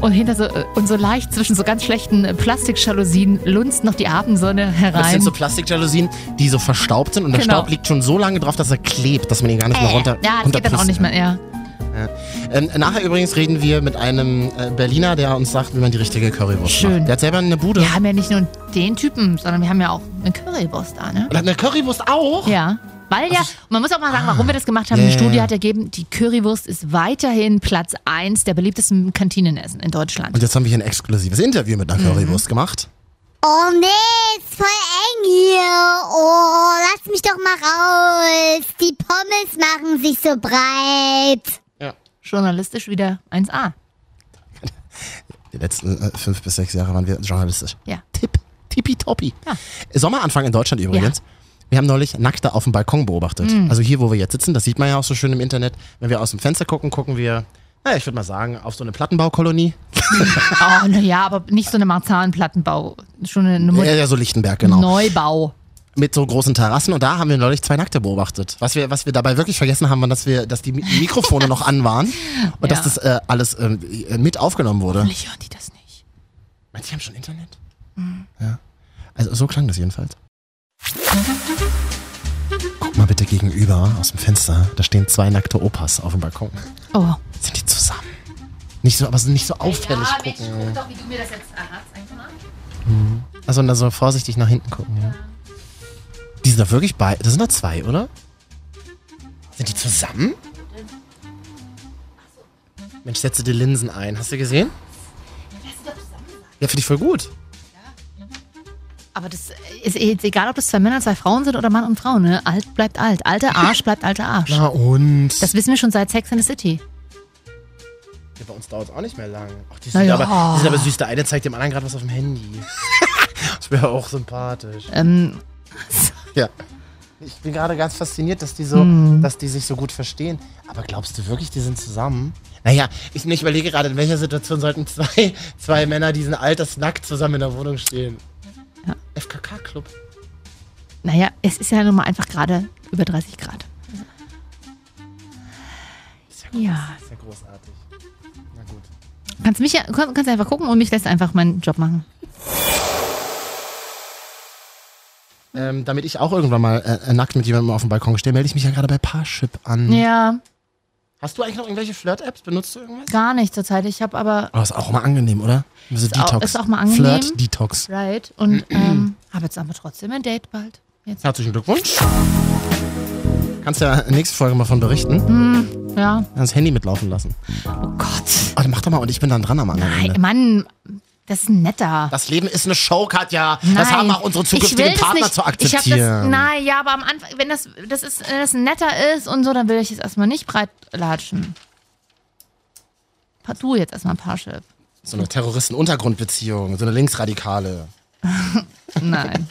Speaker 2: Und hinter so äh, und so leicht zwischen so ganz schlechten äh, Plastikjalousien lunzt noch die Abendsonne
Speaker 1: Das
Speaker 2: herein.
Speaker 1: sind so Plastikjalousien, die so verstaubt sind und der
Speaker 2: Genau.
Speaker 1: Staub liegt schon so lange drauf, dass er klebt, dass man ihn gar nicht mehr
Speaker 2: äh,
Speaker 1: runter.
Speaker 2: ja, das geht dann auch
Speaker 1: runterpusten
Speaker 2: nicht mehr. Ja.
Speaker 1: Ähm, nachher übrigens reden wir mit einem äh, Berliner, der uns sagt, wie man die richtige Currywurst
Speaker 2: Schön.
Speaker 1: macht. Der hat selber eine Bude.
Speaker 2: Wir haben ja nicht nur den Typen, sondern wir haben ja auch eine Currywurst da, ne?
Speaker 1: Und hat eine Currywurst auch?
Speaker 2: Ja. Weil ja, und man muss auch mal sagen, warum wir das gemacht haben.
Speaker 1: Ah. Ja,
Speaker 2: Eine
Speaker 1: ja,
Speaker 2: Studie
Speaker 1: ja.
Speaker 2: hat ergeben, die Currywurst ist weiterhin Platz 1 der beliebtesten Kantinenessen in Deutschland.
Speaker 1: Und jetzt haben wir hier ein exklusives Interview mit einer
Speaker 2: Mhm.
Speaker 1: Currywurst gemacht.
Speaker 6: Oh nee, ist voll eng hier. Oh, lass mich doch mal raus. Die Pommes machen sich so breit.
Speaker 2: Journalistisch wieder 1A.
Speaker 1: Die letzten äh, fünf bis sechs Jahre waren wir journalistisch.
Speaker 2: Ja.
Speaker 1: Tipp, tippitoppi.
Speaker 2: Ja.
Speaker 1: Sommeranfang in Deutschland übrigens. Wir haben neulich Nackte auf dem Balkon beobachtet.
Speaker 2: Mhm.
Speaker 1: Also hier, wo wir jetzt sitzen, das sieht man ja auch so schön im Internet. Wenn wir aus dem Fenster gucken, gucken wir, naja, ich würde mal sagen, auf so eine Plattenbaukolonie.
Speaker 2: Oh, naja, aber nicht so eine Marzahnplattenbau. Schon eine, eine Mut-
Speaker 1: Ja, ja, so Lichtenberg, genau.
Speaker 2: Neubau.
Speaker 1: mit so großen Terrassen und da haben wir neulich zwei Nackte beobachtet. Was wir, was wir dabei wirklich vergessen haben, war, dass wir, dass die Mi- Mikrofone noch an waren und dass
Speaker 2: Ja.
Speaker 1: das äh, alles ähm, äh, mit aufgenommen wurde.
Speaker 2: Ich hören die das nicht.
Speaker 1: Meinst du, die haben schon Internet? Ja. Also so klang das jedenfalls. Guck mal bitte gegenüber aus dem Fenster. Da stehen zwei nackte Opas auf dem Balkon.
Speaker 2: Oh.
Speaker 1: Sind die zusammen? Nicht so, aber sind nicht so auffällig gucken.
Speaker 2: guck doch, wie du mir das jetzt erratst.
Speaker 1: Also und dann so vorsichtig nach hinten gucken. Ja. Die sind doch wirklich bei. Das sind doch zwei, oder? Sind die zusammen? Mensch, setze die Linsen ein. Hast du gesehen? Ja, finde ich voll gut.
Speaker 2: Aber das ist eh jetzt egal, ob das zwei Männer, zwei Frauen sind oder Mann und Frau, ne? Alt bleibt alt. Alter Arsch bleibt alter Arsch.
Speaker 1: Na und?
Speaker 2: Das wissen wir schon seit Sex in the City.
Speaker 1: ja, bei uns dauert es auch nicht mehr lang. Ach, die
Speaker 2: Na
Speaker 1: sind,
Speaker 2: ja.
Speaker 1: aber, die sind aber süß. Der eine zeigt dem anderen gerade was auf dem Handy. das wäre auch sympathisch.
Speaker 2: Ähm,
Speaker 1: Ja. Ich bin gerade ganz fasziniert, dass die so,
Speaker 2: Hm.
Speaker 1: dass die sich so gut verstehen. Aber glaubst du wirklich, die sind zusammen? Naja, ich, ich überlege gerade, in welcher Situation sollten zwei, zwei Männer diesen Alters nackt zusammen in der Wohnung stehen?
Speaker 2: Ja.
Speaker 1: FKK-Club.
Speaker 2: naja, es ist ja nun mal einfach gerade über 30 Grad. Ja.
Speaker 1: Ist ja großartig. Na gut.
Speaker 2: Kannst mich ja, kannst kannst einfach gucken und mich lässt einfach meinen Job machen.
Speaker 1: Ähm, damit ich auch irgendwann mal äh, nackt mit jemandem auf dem Balkon stehe, melde ich mich ja gerade bei Parship an.
Speaker 2: Ja,
Speaker 1: Hast du eigentlich noch irgendwelche Flirt-Apps? Benutzt du irgendwas?
Speaker 2: gar nicht zurzeit. Ich habe aber
Speaker 1: Oh, ist auch mal angenehm, oder? So
Speaker 2: Ist auch- ist auch mal angenehm.
Speaker 1: Flirt-Detox.
Speaker 2: Right und ähm, habe jetzt aber trotzdem ein Date bald. Jetzt.
Speaker 1: Herzlichen Glückwunsch. Kannst ja nächste Folge mal von berichten.
Speaker 2: Hm. Ja.
Speaker 1: das Handy mitlaufen lassen.
Speaker 2: Oh Gott.
Speaker 1: Oh, dann mach doch mal und ich bin dann dran am anderen
Speaker 2: Nein, ne?
Speaker 1: Ende.
Speaker 2: Mann, das ist ein netter.
Speaker 1: Das Leben ist eine Show, Katja.
Speaker 2: Nein.
Speaker 1: Das haben auch unsere
Speaker 2: Ich will
Speaker 1: zukünftigen
Speaker 2: das
Speaker 1: Partner
Speaker 2: nicht.
Speaker 1: zu
Speaker 2: Ich hab das,
Speaker 1: akzeptieren.
Speaker 2: nein, ja, aber am Anfang, wenn das, das ist, wenn das netter ist und so, dann will ich es erstmal nicht breitlatschen. Du jetzt erstmal Parship.
Speaker 1: so eine Terroristen-Untergrundbeziehung, so eine linksradikale.
Speaker 2: Nein.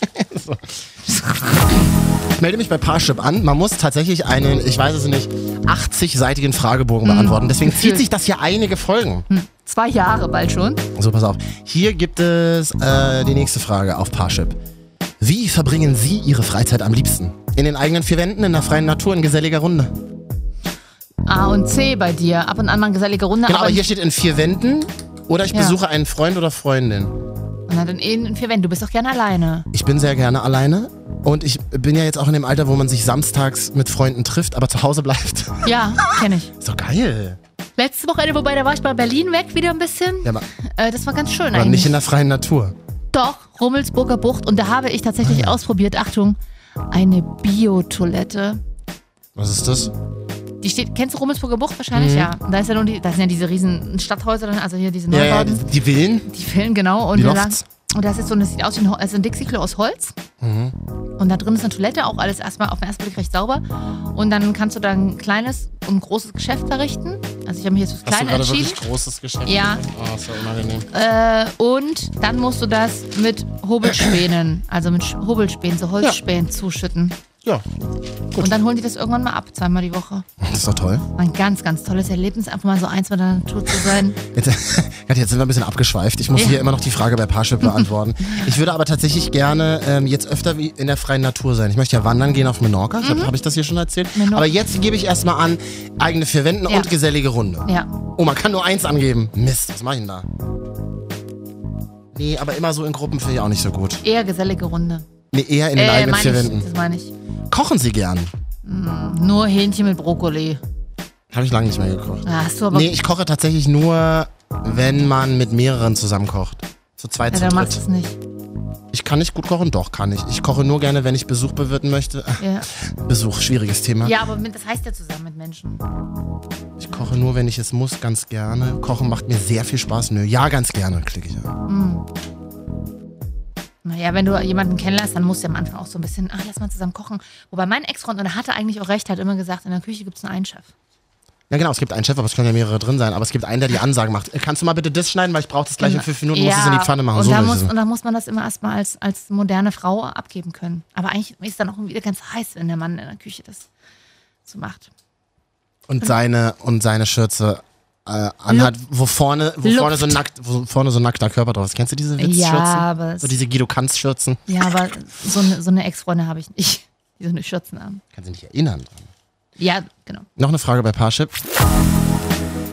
Speaker 1: Ich melde mich bei Parship an. Man muss tatsächlich einen, ich weiß es nicht, 80-seitigen Fragebogen beantworten. Deswegen zieht sich das hier einige Folgen.
Speaker 2: Zwei Jahre bald schon.
Speaker 1: So, pass auf. Hier gibt es äh, die nächste Frage auf Parship. Wie verbringen Sie Ihre Freizeit am liebsten? In den eigenen vier Wänden, in der freien Natur, in geselliger Runde. Genau,
Speaker 2: A und C bei dir. Ab und an mal eine gesellige Runde.
Speaker 1: Genau,
Speaker 2: aber
Speaker 1: aber hier steht in vier Wänden oder ich
Speaker 2: Ja.
Speaker 1: besuche einen Freund oder Freundin.
Speaker 2: Na, dann eh in vier Wänden. Du bist doch gerne alleine.
Speaker 1: Ich bin sehr gerne alleine und ich bin ja jetzt auch in dem Alter, wo man sich samstags mit Freunden trifft, aber zu Hause bleibt.
Speaker 2: Ja, kenne ich.
Speaker 1: So geil.
Speaker 2: Letzte Wochenende, wobei da war ich bei Berlin weg wieder ein bisschen.
Speaker 1: Ja, aber,
Speaker 2: Äh, das war ganz schön
Speaker 1: aber
Speaker 2: eigentlich.
Speaker 1: nicht in der freien Natur.
Speaker 2: Doch, Rummelsburger Bucht. Und da habe ich
Speaker 1: Ah,
Speaker 2: tatsächlich ausprobiert, Achtung, eine Bio-Toilette.
Speaker 1: Was ist das?
Speaker 2: Die steht, kennst du Rummelsburger Bucht wahrscheinlich? Ja. Und da ist ja nun die, da sind ja diese riesen Stadthäuser dann, also hier diese
Speaker 1: Mhm. Ja, ja,
Speaker 2: Neubauten.
Speaker 1: die, die Villen.
Speaker 2: Die Villen, genau. Und,
Speaker 1: Die
Speaker 2: wir
Speaker 1: Lofts.
Speaker 2: sagen- und das ist so, das sieht aus wie ein, Ho- also ein Dixie-Klo aus Holz.
Speaker 1: Mhm.
Speaker 2: Und da drin ist eine Toilette, auch alles erstmal auf den ersten Blick recht sauber. Und dann kannst du da ein kleines und großes Geschäft verrichten. Also ich habe mich jetzt fürs
Speaker 1: Hast du
Speaker 2: Kleine
Speaker 1: gerade
Speaker 2: entschieden.
Speaker 1: wirklich großes Geschäft?
Speaker 2: Ja.
Speaker 1: Oh, ist ja unangenehm.
Speaker 2: Äh, und dann musst du das mit Hobelspänen, also mit Sch- Hobelspänen, so Holzspänen zuschütten.
Speaker 1: Ja,
Speaker 2: Und dann holen die das irgendwann mal ab, zweimal die Woche.
Speaker 1: das ist doch toll.
Speaker 2: War Ein ganz, ganz tolles Erlebnis, einfach mal so eins mit der Natur zu sein.
Speaker 1: Jetzt, Katja, jetzt sind wir ein bisschen abgeschweift. Ich muss
Speaker 2: Ja.
Speaker 1: hier immer noch die Frage bei Parship beantworten. ich würde aber tatsächlich gerne ähm, jetzt öfter wie in der freien Natur sein. Ich möchte ja wandern gehen auf Menorca. Habe hab ich das hier schon erzählt?
Speaker 2: Menorca.
Speaker 1: Aber jetzt gebe ich erstmal an, eigene vier Wänden
Speaker 2: Ja.
Speaker 1: und gesellige Runde.
Speaker 2: Ja.
Speaker 1: Oh, man kann nur eins angeben. Mist, was mache ich denn da? Nee, aber immer so in Gruppen finde ich auch nicht so gut.
Speaker 2: Eher gesellige Runde.
Speaker 1: Nee, eher in den
Speaker 2: Äh,
Speaker 1: eigenen
Speaker 2: meine
Speaker 1: vier
Speaker 2: ich,
Speaker 1: Wänden.
Speaker 2: das meine ich.
Speaker 1: Kochen Sie gern?
Speaker 2: Nur Hähnchen mit Brokkoli.
Speaker 1: Habe ich lange nicht mehr gekocht.
Speaker 2: Da hast du Ah, aber.
Speaker 1: Nee, ich koche tatsächlich nur, wenn man mit mehreren zusammen kocht. Zu zweit,
Speaker 2: ja,
Speaker 1: zu
Speaker 2: dann
Speaker 1: dritt.
Speaker 2: machst du es nicht.
Speaker 1: Ich kann nicht gut kochen, doch kann ich. Ich koche nur gerne, wenn ich Besuch bewirten möchte.
Speaker 2: Ja,
Speaker 1: Besuch, schwieriges Thema.
Speaker 2: ja aber mit, das heißt ja zusammen mit Menschen.
Speaker 1: Ich koche nur, wenn ich es muss, ganz gerne. Kochen macht mir sehr viel Spaß. Nö, ja, ganz gerne, klicke ich an.
Speaker 2: Naja, wenn du jemanden kennenlernst, dann musst du am Anfang auch so ein bisschen, ach, lass mal zusammen kochen. Wobei mein Ex-Freund, und er hatte eigentlich auch recht, hat immer gesagt, in der Küche gibt es einen Chef.
Speaker 1: Ja genau, es gibt einen Chef, aber es können ja mehrere drin sein. Aber es gibt einen, der die Ansagen macht. Äh, Kannst du mal bitte das schneiden, weil ich brauche das gleich in fünf Minuten, muss es in die Pfanne machen.
Speaker 2: Und,
Speaker 1: so
Speaker 2: da
Speaker 1: will ich
Speaker 2: muss,
Speaker 1: es.
Speaker 2: und da muss man das immer erstmal als, als moderne Frau abgeben können. Aber eigentlich ist dann auch wieder ganz heiß, wenn der Mann in der Küche das so macht.
Speaker 1: und seine und seine Schürze äh, anhat, wo vorne, wo
Speaker 2: Luft.
Speaker 1: vorne so ein nackt, wo vorne so ein nackter Körper drauf ist. Kennst du diese Witzschürzen?
Speaker 2: Ja, aber es-
Speaker 1: so diese Guido Kanz Schürzen.
Speaker 2: Ja, aber so eine, so eine Ex-Freundin habe ich nicht, die so eine Schürzen haben.
Speaker 1: Kannst du dich erinnern dran.
Speaker 2: Ja, genau.
Speaker 1: Noch eine Frage bei Parship.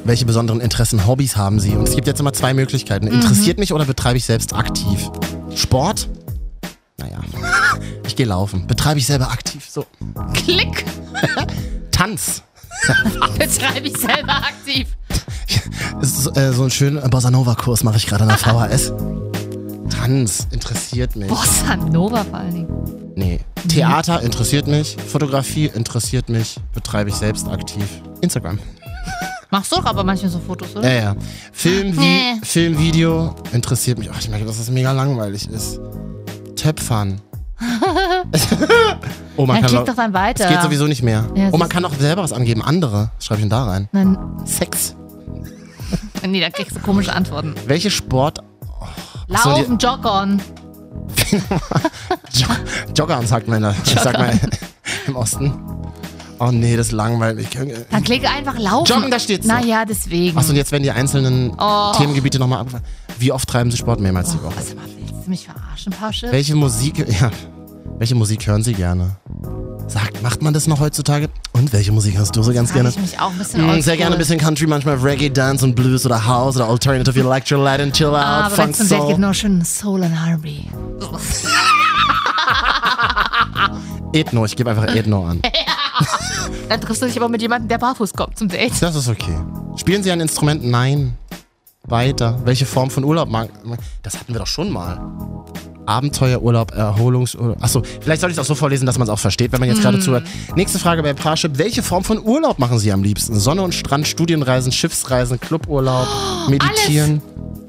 Speaker 1: Welche besonderen Interessen, Hobbys haben Sie? Und es gibt jetzt immer zwei Möglichkeiten. Interessiert
Speaker 2: Mhm.
Speaker 1: mich oder betreibe ich selbst aktiv? Sport? Naja, ich gehe laufen. Betreibe ich selber aktiv? So.
Speaker 2: Klick!
Speaker 1: Tanz.
Speaker 2: Betreibe ich selber aktiv.
Speaker 1: Es Ist äh, so ein schöner Bossa Nova Kurs mache ich gerade an der VHS. Tanz interessiert mich.
Speaker 2: Bossa Nova vor allen Dingen.
Speaker 1: Nee. Theater interessiert mich. Fotografie interessiert mich. Betreibe ich selbst aktiv. Instagram.
Speaker 2: Machst du doch aber manchmal so Fotos, oder?
Speaker 1: Ja, ja. Film, wie,
Speaker 2: Nee.
Speaker 1: Film, Video interessiert mich. Ach, ich merke, dass das mega langweilig ist. Töpfern. oh, man
Speaker 2: Dann klick
Speaker 1: auch-
Speaker 2: doch dann weiter.
Speaker 1: Es geht sowieso nicht mehr.
Speaker 2: Ja,
Speaker 1: oh, man
Speaker 2: siehst
Speaker 1: kann auch selber was angeben. Andere. Was schreibe ich denn da rein?
Speaker 2: Dann,
Speaker 1: Sex.
Speaker 2: nee, da kriegst du komische Antworten.
Speaker 1: Welche Sport... so, die-
Speaker 2: Laufen, Jog on.
Speaker 1: Jo Joggern, sagt man, in der- sagt man im Osten. Oh nee, das ist langweilig.
Speaker 2: Dann klick einfach laufen.
Speaker 1: Joggen, da steht's doch.
Speaker 2: Naja, deswegen.
Speaker 1: Achso, und jetzt werden die einzelnen
Speaker 2: Oh.
Speaker 1: Themengebiete nochmal abgefragt. Wie oft treiben Sie Sport mehrmals die Woche?
Speaker 2: Was aber willst du mich verarschen, Pasche?
Speaker 1: Welche Musik, ja, welche Musik hören Sie gerne? Sagt, macht man das noch heutzutage? Und welche Musik hörst du so ganz
Speaker 2: Frag
Speaker 1: gerne?
Speaker 2: ich mich auch ein bisschen
Speaker 1: Mm,
Speaker 2: oldschool.
Speaker 1: Sehr gerne ein bisschen Country, manchmal Reggae, Dance und Blues oder House oder Alternative Electro, Light and Chill Out,
Speaker 2: Ah, Aber genau. wenn
Speaker 1: Funk
Speaker 2: es zum Date geht,
Speaker 1: Soul,
Speaker 2: noch schön Soul and Harmony.
Speaker 1: Ethno. Ich gebe einfach Ethno an.
Speaker 2: Dann triffst du dich aber mit jemandem, der barfuß kommt zum Date.
Speaker 1: Das ist okay. Spielen Sie ein Instrument? Nein. Weiter. Welche Form von Urlaub mag? mag- Das hatten wir doch schon mal. Abenteuerurlaub, Erholungsurlaub. Achso, vielleicht sollte ich es auch so vorlesen, dass man es auch versteht, wenn man jetzt gerade
Speaker 2: Mhm.
Speaker 1: zuhört. Nächste Frage bei Parship. Welche Form von Urlaub machen Sie am liebsten? Sonne und Strand, Studienreisen, Schiffsreisen, Cluburlaub,
Speaker 2: Oh,
Speaker 1: Meditieren?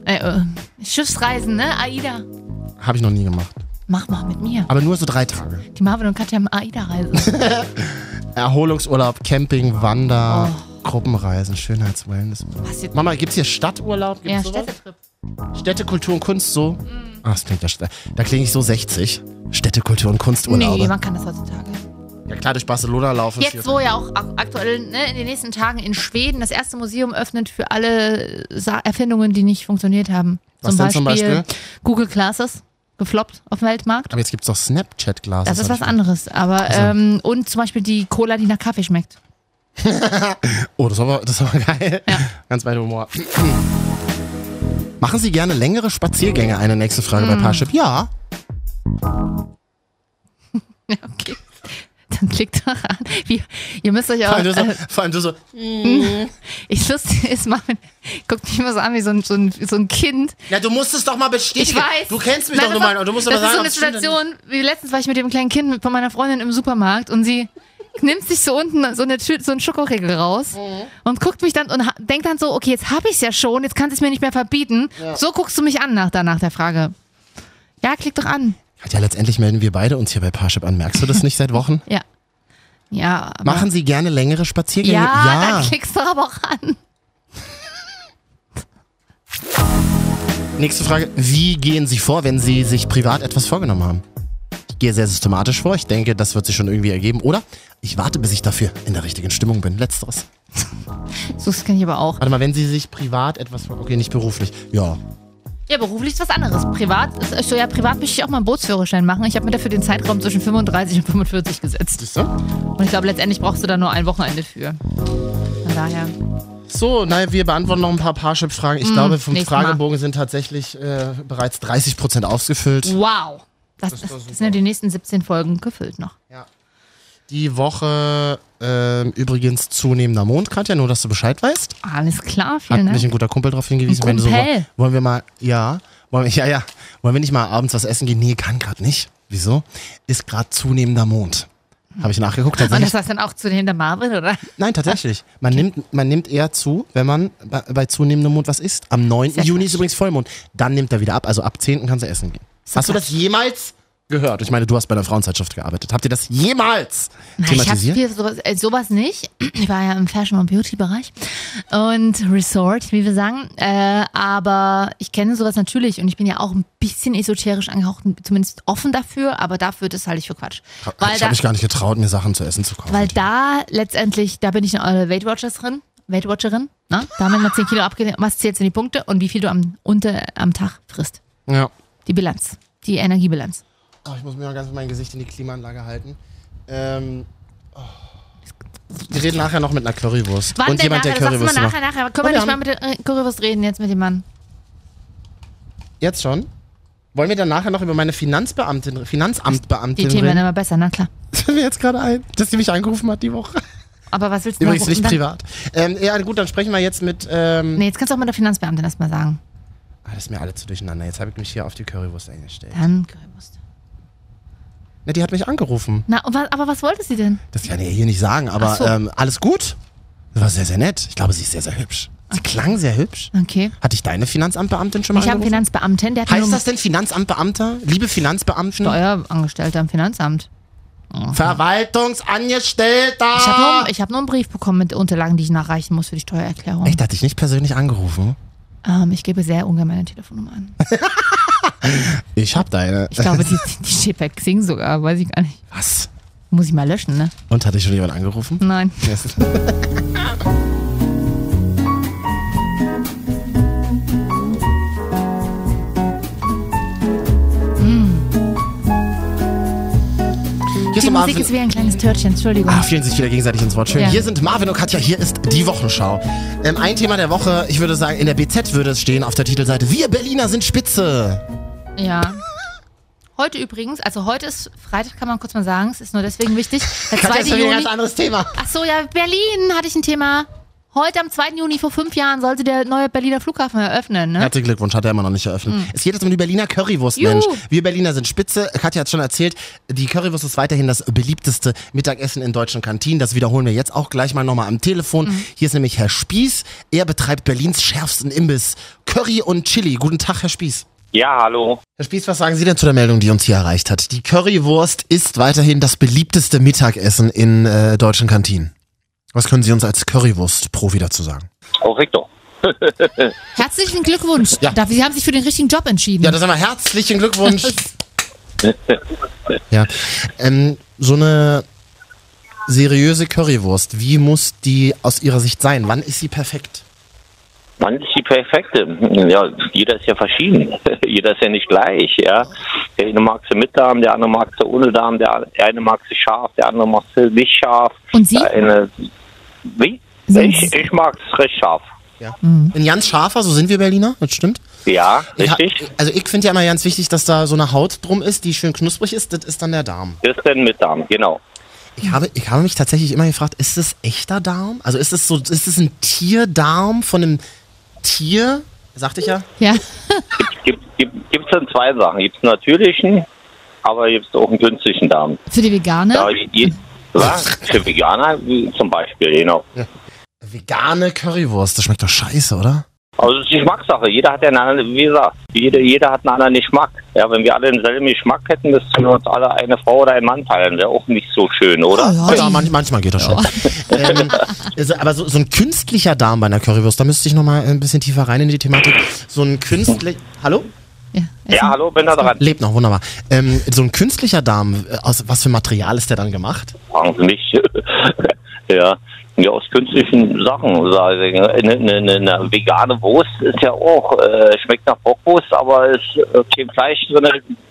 Speaker 2: Äh, äh, Schiffsreisen, ne? AIDA.
Speaker 1: Habe ich noch nie gemacht.
Speaker 2: Mach mal mit mir.
Speaker 1: Aber nur so drei Tage.
Speaker 2: Die Marvin und Katja haben AIDA-Reise.
Speaker 1: Erholungsurlaub, Camping, Wander, Gruppenreisen, Schönheits-Wellness.
Speaker 2: Oh. Was jetzt?
Speaker 1: Mama, gibt's hier Stadturlaub? Gibt's
Speaker 2: Ja,
Speaker 1: sowas?
Speaker 2: Städtetrip.
Speaker 1: Ah, Städte, Kultur und Kunst so. Ach, das klingt ja, st- da klinge ich so 60. Städtekultur und Kunsturlaube.
Speaker 2: Nee, man kann das heutzutage.
Speaker 1: ja klar, durch Barcelona laufen.
Speaker 2: Jetzt, wo ja auch ak- aktuell ne, in den nächsten Tagen in Schweden das erste Museum öffnet für alle Sa Erfindungen, die nicht funktioniert haben.
Speaker 1: Was denn zum Beispiel?
Speaker 2: Google Classes, gefloppt auf dem Weltmarkt.
Speaker 1: Aber jetzt gibt's doch Snapchat-Glas.
Speaker 2: Das ist was anderes, aber ähm, und zum Beispiel die Cola, die nach Kaffee schmeckt.
Speaker 1: Oh, das war, das war geil. Ganz mein Humor. Machen Sie gerne längere Spaziergänge? Eine nächste Frage
Speaker 2: Mm.
Speaker 1: bei Parship. Ja.
Speaker 2: Ja, okay. Dann klickt doch an. Wie, ihr müsst euch
Speaker 1: Vor
Speaker 2: auch.
Speaker 1: allem du so,
Speaker 2: Äh,
Speaker 1: vor allem du so
Speaker 2: ich lustig ist, Marvin guckt mich immer so an wie so ein, so ein, so ein Kind.
Speaker 1: na, du musst es doch mal bestätigen.
Speaker 2: Ich weiß.
Speaker 1: Du kennst mich
Speaker 2: Nein,
Speaker 1: doch
Speaker 2: das
Speaker 1: nur mal.
Speaker 2: war-
Speaker 1: Und du musst aber
Speaker 2: das
Speaker 1: sagen, ob
Speaker 2: ist
Speaker 1: es
Speaker 2: so eine
Speaker 1: stimmt oder nicht.
Speaker 2: Situation, wie letztens war ich mit dem kleinen Kind mit- von meiner Freundin im Supermarkt und sie nimmt sich so unten so, eine Tür, so einen Schokoriegel raus
Speaker 1: Mhm.
Speaker 2: und guckt mich dann und ha- denkt dann so, okay, jetzt habe ich es ja schon, jetzt kannst du es mir nicht mehr verbieten. So guckst du mich an nach danach der Frage. Ja, klick doch an.
Speaker 1: Ja, letztendlich melden wir beide uns hier bei Parship an. Merkst du das nicht seit Wochen?
Speaker 2: Ja. Ja. aber-
Speaker 1: Machen Sie gerne längere Spaziergänge?
Speaker 2: ja, dann klickst doch aber auch an.
Speaker 1: Nächste Frage. Wie gehen Sie vor, wenn Sie sich privat etwas vorgenommen haben? Ich gehe sehr systematisch vor. Ich denke, das wird sich schon irgendwie ergeben. Oder ich warte, bis ich dafür in der richtigen Stimmung bin. Letzteres.
Speaker 2: So, das kenne ich aber auch.
Speaker 1: Warte mal, wenn Sie sich privat etwas vor... Okay, nicht beruflich. Ja.
Speaker 2: Ja, beruflich ist was anderes. Privat ist ich so, ja, privat möchte ich auch mal einen Bootsführerschein machen. Ich habe mir dafür den Zeitraum zwischen 35 und 45 gesetzt.
Speaker 1: Siehst du?
Speaker 2: Und ich glaube, letztendlich brauchst du da nur ein Wochenende für. Von daher.
Speaker 1: So, nein, wir beantworten noch ein paar Parship-Fragen. Ich glaube, vom
Speaker 2: Mm, nächstes Mal.
Speaker 1: Fragebogen sind tatsächlich äh, bereits 30 Prozent ausgefüllt.
Speaker 2: Wow. Das, das,
Speaker 1: doch super.
Speaker 2: sind ja die nächsten 17 Folgen gefüllt noch.
Speaker 1: Die Woche ähm, übrigens zunehmender Mond, Katja, nur dass du Bescheid weißt.
Speaker 2: Alles klar,
Speaker 1: Hat
Speaker 2: vielen
Speaker 1: mich
Speaker 2: Dank.
Speaker 1: ein guter Kumpel darauf hingewiesen.
Speaker 2: Genau. Ein
Speaker 1: Wenn du so,
Speaker 2: Kumpel?
Speaker 1: wollen wir mal, ja, wollen wir, ja, ja, wollen wir nicht mal abends was essen gehen? Nee, kann gerade nicht. Wieso? Ist gerade zunehmender Mond. Habe ich nachgeguckt.
Speaker 2: Und das
Speaker 1: Tatsächlich,
Speaker 2: heißt dann auch zu den hinter Marvin, oder?
Speaker 1: nein, tatsächlich. Man, nimmt, man nimmt eher zu, wenn man bei, bei zunehmendem Mond was isst. Am 9.
Speaker 2: Sehr
Speaker 1: Juni
Speaker 2: krass.
Speaker 1: ist übrigens Vollmond. Dann nimmt er wieder ab. Also ab 10. kannst du essen gehen. Hast du
Speaker 2: krass.
Speaker 1: das jemals gehört? Ich meine, du hast bei der Frauenzeitschrift gearbeitet. Habt ihr das jemals
Speaker 2: Ich habe
Speaker 1: thematisiert?
Speaker 2: hier sowas, äh, sowas nicht. Ich war ja im Fashion- und Beauty-Bereich und Resort, wie wir sagen. Äh, aber ich kenne sowas natürlich und ich bin ja auch ein bisschen esoterisch angehaucht, zumindest offen dafür, aber dafür, das halte ich für Quatsch. Weil
Speaker 1: ich
Speaker 2: da,
Speaker 1: habe mich gar nicht getraut, mir Sachen zu essen zu kaufen.
Speaker 2: weil da letztendlich, da bin ich eine Weight Watcherin. Weight Watcherin, ne? Da haben wir mal 10 Kilo abgenommen. Was zählst du in die Punkte und wie viel du am, unter, am Tag frisst?
Speaker 1: ja.
Speaker 2: Die Bilanz, die Energiebilanz.
Speaker 1: Oh, ich muss mir mal ganz mein Gesicht in die Klimaanlage halten. Ähm, oh. Wir reden nachher noch mit einer Currywurst.
Speaker 2: Wann
Speaker 1: Und
Speaker 2: denn
Speaker 1: jemand,
Speaker 2: nachher?
Speaker 1: der
Speaker 2: Das sagst
Speaker 1: Currywurst
Speaker 2: du mal nachher,
Speaker 1: macht. um
Speaker 2: nachher. Können wir
Speaker 1: Und wir
Speaker 2: nicht mal
Speaker 1: haben-
Speaker 2: mit der äh, Currywurst reden jetzt mit dem Mann?
Speaker 1: Jetzt schon? Wollen wir dann nachher noch über meine Finanzbeamtin, Finanzamtbeamtin
Speaker 2: Die Themen werden
Speaker 1: reden?
Speaker 2: immer besser, na klar.
Speaker 1: Das fällt mir jetzt gerade ein, dass die mich angerufen hat die Woche.
Speaker 2: Aber was willst du
Speaker 1: Übrigens
Speaker 2: noch-
Speaker 1: nicht
Speaker 2: dann-
Speaker 1: privat. Ähm, ja, gut, dann sprechen wir jetzt mit. Ähm,
Speaker 2: Nee, jetzt kannst du auch mit der Finanzbeamtin erstmal sagen.
Speaker 1: ah, das ist mir alle zu durcheinander. Jetzt habe ich mich hier auf die Currywurst eingestellt.
Speaker 2: Dann Currywurst.
Speaker 1: Ne, die hat mich angerufen.
Speaker 2: Na, und wa- aber was wollte sie denn?
Speaker 1: Das kann ich hier nicht sagen, aber
Speaker 2: Ach so.
Speaker 1: ähm, alles gut. Das war sehr, sehr nett. Ich glaube, sie ist sehr, sehr hübsch. Sie klang sehr hübsch.
Speaker 2: Okay.
Speaker 1: Hatte ich deine Finanzamtbeamtin schon mal
Speaker 2: Ich habe einen
Speaker 1: angerufen?
Speaker 2: Finanzbeamten, der hat
Speaker 1: Heißt
Speaker 2: nur
Speaker 1: das denn Finanzamtbeamter? Liebe Finanzbeamten?
Speaker 2: Steuerangestellter im Finanzamt.
Speaker 1: Verwaltungsangestellter!
Speaker 2: Ich habe nur, ich hab nur einen Brief bekommen mit Unterlagen, die ich nachreichen muss für die Steuererklärung.
Speaker 1: Echt, hatte ich nicht persönlich angerufen?
Speaker 2: Ähm, ich gebe sehr ungern meine Telefonnummer an.
Speaker 1: Ich hab deine.
Speaker 2: Ich glaube, die, die steht bei Xing sogar, weiß ich gar nicht.
Speaker 1: Was?
Speaker 2: Muss ich mal löschen, ne?
Speaker 1: Und hatte ich schon jemand angerufen?
Speaker 2: Nein. Hm.
Speaker 1: Hier
Speaker 2: Die
Speaker 1: ist
Speaker 2: Musik
Speaker 1: Marvin.
Speaker 2: ist wie ein kleines Törtchen, Entschuldigung.
Speaker 1: Ah, vielen sich wieder gegenseitig ins Wort. Schön.
Speaker 2: Ja.
Speaker 1: Hier sind Marvin und Katja, hier ist die Wochenschau. Ähm, ein Thema der Woche, ich würde sagen, in der BZ würde es stehen auf der Titelseite. Wir Berliner sind spitze.
Speaker 2: Ja. Heute übrigens, also heute ist Freitag, kann man kurz mal sagen. Es ist nur deswegen wichtig. Der
Speaker 1: Katja
Speaker 2: 2.
Speaker 1: ist schon wieder ein
Speaker 2: Juni.
Speaker 1: ganz anderes Thema.
Speaker 2: Ach so, ja, Berlin hatte ich ein Thema. Heute am 2. Juni vor fünf Jahren sollte der neue Berliner Flughafen eröffnen, ne?
Speaker 1: Herzlichen Glückwunsch, hat er immer noch nicht eröffnet. Es geht jetzt um die Berliner Currywurst,
Speaker 2: Hm. Juhu.
Speaker 1: Mensch. Wir Berliner sind spitze. Katja hat schon erzählt, die Currywurst ist weiterhin das beliebteste Mittagessen in deutschen Kantinen. Das wiederholen wir jetzt auch gleich mal nochmal am Telefon.
Speaker 2: Hm.
Speaker 1: Hier ist nämlich Herr Spieß. Er betreibt Berlins schärfsten Imbiss. Curry und Chili. Guten Tag, Herr Spieß.
Speaker 3: Ja, hallo.
Speaker 1: Herr Spieß, was sagen Sie denn zu der Meldung, die uns hier erreicht hat? Die Currywurst ist weiterhin das beliebteste Mittagessen in äh, deutschen Kantinen. Was können Sie uns als Currywurst-Profi dazu sagen?
Speaker 3: Oh, Victor.
Speaker 2: Herzlichen Glückwunsch.
Speaker 1: Ja.
Speaker 2: Dafür- Sie haben sich für den richtigen Job entschieden.
Speaker 1: Ja, das haben wir. Herzlichen Glückwunsch. Ja. Ähm, so eine seriöse Currywurst, wie muss die aus Ihrer Sicht sein? Wann ist sie perfekt?
Speaker 7: Wann ist die perfekte? Ja, jeder ist ja verschieden. jeder ist ja nicht gleich, ja. Der eine mag sie mit Darm, der andere mag sie ohne Darm, der eine mag sie scharf, der andere mag sie nicht scharf.
Speaker 2: Und Sie?
Speaker 7: Der eine, wie?
Speaker 2: Sie-
Speaker 7: Ich, ich mag es recht scharf.
Speaker 1: Ja. In ganz scharfer, so sind wir Berliner, das stimmt.
Speaker 7: Ja,
Speaker 1: Ich ha-
Speaker 7: richtig.
Speaker 1: also ich finde ja immer ganz wichtig, dass da so eine Haut drum ist, die schön knusprig ist, das ist dann der Darm.
Speaker 7: Das denn mit Darm, genau.
Speaker 1: Ich habe, ich habe mich tatsächlich immer gefragt, ist das echter Darm? Also ist es so, ist es ein Tierdarm von einem Tier? Sagte ich ja.
Speaker 2: Ja.
Speaker 7: Gibt es dann zwei Sachen. Gibt es einen natürlichen, aber gibt es auch einen günstigen Darm.
Speaker 2: Für die Veganer?
Speaker 7: Da, je, was? Für Veganer wie zum Beispiel, genau.
Speaker 1: Vegane Currywurst, das schmeckt doch scheiße, oder?
Speaker 7: Also es ist Geschmackssache. Jeder hat ja einen anderen, wie gesagt, jeder, jeder hat einen anderen Geschmack. Ja, wenn wir alle denselben Geschmack hätten, müssten wir uns alle eine Frau oder einen Mann teilen. Wäre auch nicht so schön, oder?
Speaker 2: ja,
Speaker 1: Aber Oh ja,
Speaker 2: die-
Speaker 1: manch, manchmal geht das schon. ähm, also, aber so, so ein künstlicher Darm bei einer Currywurst, da müsste ich nochmal ein bisschen tiefer rein in die Thematik. So ein künstlich. Hallo?
Speaker 2: ja,
Speaker 7: Ja, hallo, bin da dran.
Speaker 1: Lebt noch, wunderbar. Ähm, so ein künstlicher Darm, äh, aus was für Material ist der dann gemacht?
Speaker 7: Fragen Sie mich. ja. ja, aus künstlichen Sachen. sage ich. Eine, eine, eine, eine vegane Wurst ist ja auch, äh, schmeckt nach Bockwurst, aber ist äh, kein Fleisch drin.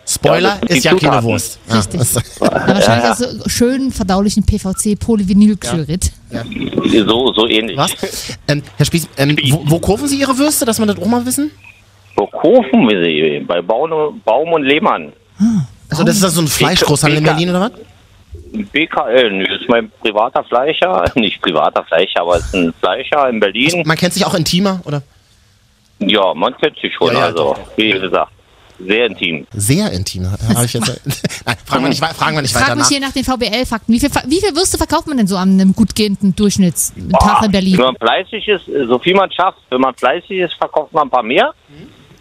Speaker 1: Spoiler,
Speaker 7: Ja, das sind
Speaker 1: ist
Speaker 7: die
Speaker 1: ja keine
Speaker 7: Zutaten.
Speaker 1: Wurst.
Speaker 2: Richtig.
Speaker 1: Ja, das-
Speaker 2: Ja, wahrscheinlich aus so schön verdaulichen PVC Polyvinylchlorid.
Speaker 7: So, so ähnlich.
Speaker 1: was? Ähm, Herr Spieß, ähm, wo, wo kurven Sie Ihre Würste, dass wir das auch mal wissen?
Speaker 7: Verkaufen wir sie bei Baum, Baum und Lehmann.
Speaker 1: Also das ist also so ein Fleischgroßhandel in
Speaker 7: Peter.
Speaker 1: Berlin oder was?
Speaker 7: BKL, nö, ist mein privater Fleischer. Nicht privater Fleischer, aber ist ein Fleischer in Berlin.
Speaker 1: Man kennt sich auch intimer, oder?
Speaker 7: Ja, man kennt sich schon,
Speaker 1: Ja, ja,
Speaker 7: also, wie gesagt, sehr intim.
Speaker 1: Sehr intim. Habe ich jetzt. Nein, fragen wir nicht, wei- fragen wir nicht weiter
Speaker 2: Frag mich
Speaker 1: nach.
Speaker 2: hier nach den VBL-Fakten. Wie viel, Fa- wie viel Würste verkauft man denn so an einem gut gehenden Durchschnittstag
Speaker 7: Ah,
Speaker 2: in Berlin?
Speaker 7: Wenn man fleißig ist, so viel man schafft, wenn man fleißig ist, verkauft man ein paar mehr.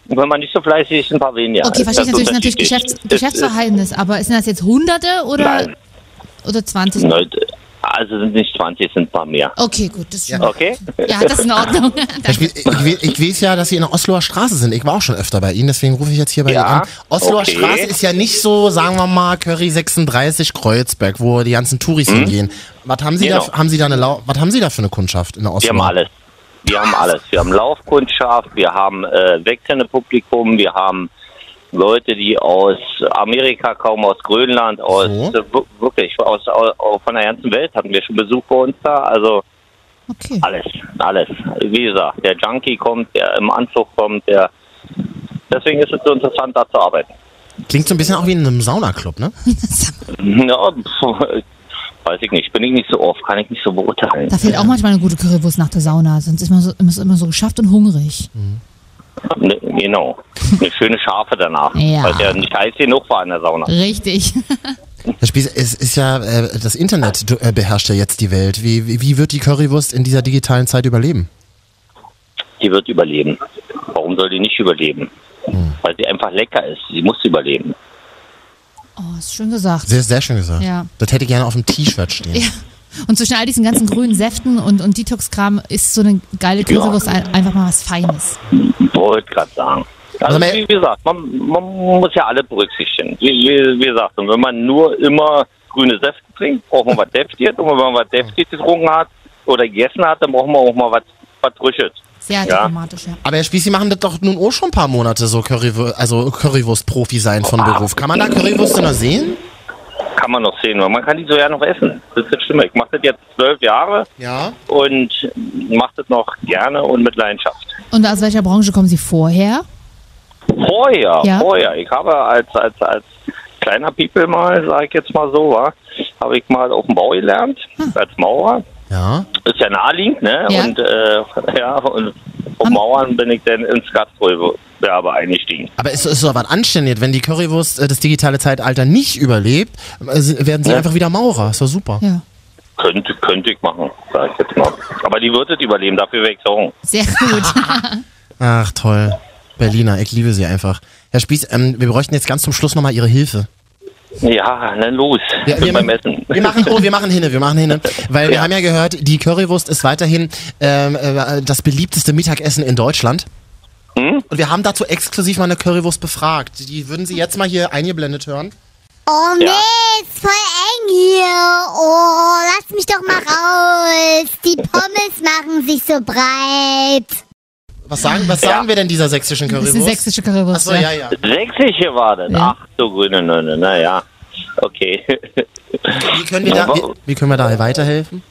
Speaker 7: Und wenn man nicht so fleißig ist, ein paar weniger.
Speaker 2: Okay,
Speaker 7: Das
Speaker 2: verstehe ich
Speaker 7: ist
Speaker 2: natürlich, natürlich
Speaker 7: unterschiedlich.
Speaker 2: Geschäfts
Speaker 7: Das ist-
Speaker 2: Geschäftsverhältnis, aber sind das jetzt Hunderte oder,
Speaker 7: Nein.
Speaker 2: oder 20?
Speaker 7: Nein, Also sind nicht 20, sind ein paar mehr.
Speaker 2: Okay, gut, das ist schon.
Speaker 7: Okay?
Speaker 2: Ja, das ist in Ordnung.
Speaker 1: Herr Spieß, ich, we- ich weiß ja, dass Sie in der Osloer Straße sind. Ich war auch schon öfter bei Ihnen, deswegen rufe ich jetzt hier bei
Speaker 7: Ja,
Speaker 1: Ihnen an. Osloer
Speaker 7: okay.
Speaker 1: Straße ist ja nicht so, sagen wir mal, Curry 36 Kreuzberg, wo die ganzen Touris hingehen. Was haben Sie da?
Speaker 7: Mhm. Genau.
Speaker 1: Haben Sie da eine Lau Was haben Sie da für eine Kundschaft in der
Speaker 7: Wir
Speaker 1: Osloer?
Speaker 7: haben alles. Wir haben alles. Wir haben Laufkundschaft, wir haben äh, wechselnde Publikum, wir haben Leute, die aus Amerika kommen, aus Grönland, aus
Speaker 1: So.
Speaker 7: äh, wi- wirklich aus, aus, aus von der ganzen Welt hatten wir schon Besuch bei uns da. Also
Speaker 2: Okay.
Speaker 7: alles, alles. Wie gesagt, der Junkie kommt, der im Anzug kommt, der deswegen ist es so interessant, da zu arbeiten.
Speaker 1: Klingt so ein bisschen auch wie in einem Saunaclub, ne?
Speaker 7: Ja, pf, weiß ich nicht, bin ich nicht so oft, kann ich nicht so beurteilen.
Speaker 2: Da fehlt auch manchmal eine gute Currywurst nach der Sauna, sonst ist man, so, ist immer so geschafft und hungrig.
Speaker 7: Ne, genau. Eine schöne Schafe danach.
Speaker 2: Ja.
Speaker 7: Weil der nicht heiß genug war in der Sauna.
Speaker 2: Richtig.
Speaker 1: Herr Spieß, es ist ja, äh, das Internet du- äh, beherrscht ja jetzt die Welt. Wie, wie, wie wird die Currywurst in dieser digitalen Zeit überleben?
Speaker 7: Die wird überleben. Warum soll die nicht überleben? Weil sie einfach lecker ist. Sie muss überleben.
Speaker 2: Oh, ist schön gesagt.
Speaker 1: Sehr, sehr schön gesagt.
Speaker 2: Ja.
Speaker 1: Das hätte ich gerne auf dem T-Shirt stehen.
Speaker 2: Ja. Und zwischen all diesen ganzen grünen Säften und, und Detox-Kram ist so eine geile Currywurst ein, einfach mal was Feines.
Speaker 7: Wollte gerade sagen. Also,
Speaker 1: Also,
Speaker 7: wie gesagt, man, man muss ja alle berücksichtigen. Wie, wie, wie gesagt, und wenn man nur immer grüne Säfte trinkt, braucht man was Deftiges. Und wenn man was Deftiges getrunken hat oder gegessen hat, dann braucht man auch mal was, was Frisches.
Speaker 2: Sehr
Speaker 7: Ja.
Speaker 2: diplomatisch, ja.
Speaker 1: Aber Herr Spieß, Sie machen das doch nun auch schon ein paar Monate so Currywurst, also Currywurst-Profi sein von Beruf. Kann man da Currywürste noch sehen?
Speaker 7: Kann man noch sehen, weil man kann die so ja noch essen. Das ist das Schlimme. Ich mache das jetzt zwölf Jahre
Speaker 1: Ja.
Speaker 7: und mache das noch gerne und mit Leidenschaft.
Speaker 2: Und aus welcher Branche kommen Sie vorher?
Speaker 7: Vorher,
Speaker 2: Ja.
Speaker 7: vorher. Ich habe als, als, als kleiner People mal, sage ich jetzt mal so, war, habe ich mal auf dem Bau gelernt, als Maurer.
Speaker 1: Ja.
Speaker 7: Ist ja naheliegend, ne?
Speaker 2: Hm. Ja.
Speaker 7: Und, äh, ja, und auf Mauern bin ich dann ins Gastgewerbe eingestiegen.
Speaker 1: Aber es ist so was anständig, wenn die Currywurst äh, das digitale Zeitalter nicht überlebt, äh, sie- werden sie
Speaker 7: Ja.
Speaker 1: einfach wieder Maurer. Ist doch super.
Speaker 2: Ja.
Speaker 7: Könnte, könnte ich machen, sage ich jetzt mal. Aber die wird es überleben, dafür wäre ich sorgen.
Speaker 2: Sehr gut.
Speaker 1: Ach toll. Berliner, ich liebe sie einfach. Herr Spieß, ähm, wir bräuchten jetzt ganz zum Schluss nochmal Ihre Hilfe.
Speaker 7: Ja, dann los.
Speaker 1: Wir,
Speaker 7: Bin
Speaker 1: wir,
Speaker 7: beim Essen.
Speaker 1: wir machen, oh, wir machen hinne, wir machen hinne. Weil wir
Speaker 7: Ja.
Speaker 1: haben ja gehört, die Currywurst ist weiterhin ähm, äh, das beliebteste Mittagessen in Deutschland.
Speaker 7: Hm?
Speaker 1: Und wir haben dazu exklusiv mal eine Currywurst befragt. Die würden Sie jetzt mal hier eingeblendet hören.
Speaker 6: Oh
Speaker 7: Ja.
Speaker 6: nee, ist voll eng hier. Oh, lass mich doch mal raus. Die Pommes machen sich so breit.
Speaker 1: Was sagen, was sagen wir denn dieser sächsischen
Speaker 8: Das
Speaker 1: Currywurst?
Speaker 8: ist eine sächsische Currywurst.
Speaker 1: Achso, ja, ja.
Speaker 7: Sächsische war das.
Speaker 8: Ja.
Speaker 7: Ach du grüne Nonne, naja. Okay.
Speaker 1: Wie können wir da, wie, wie können wir da weiterhelfen?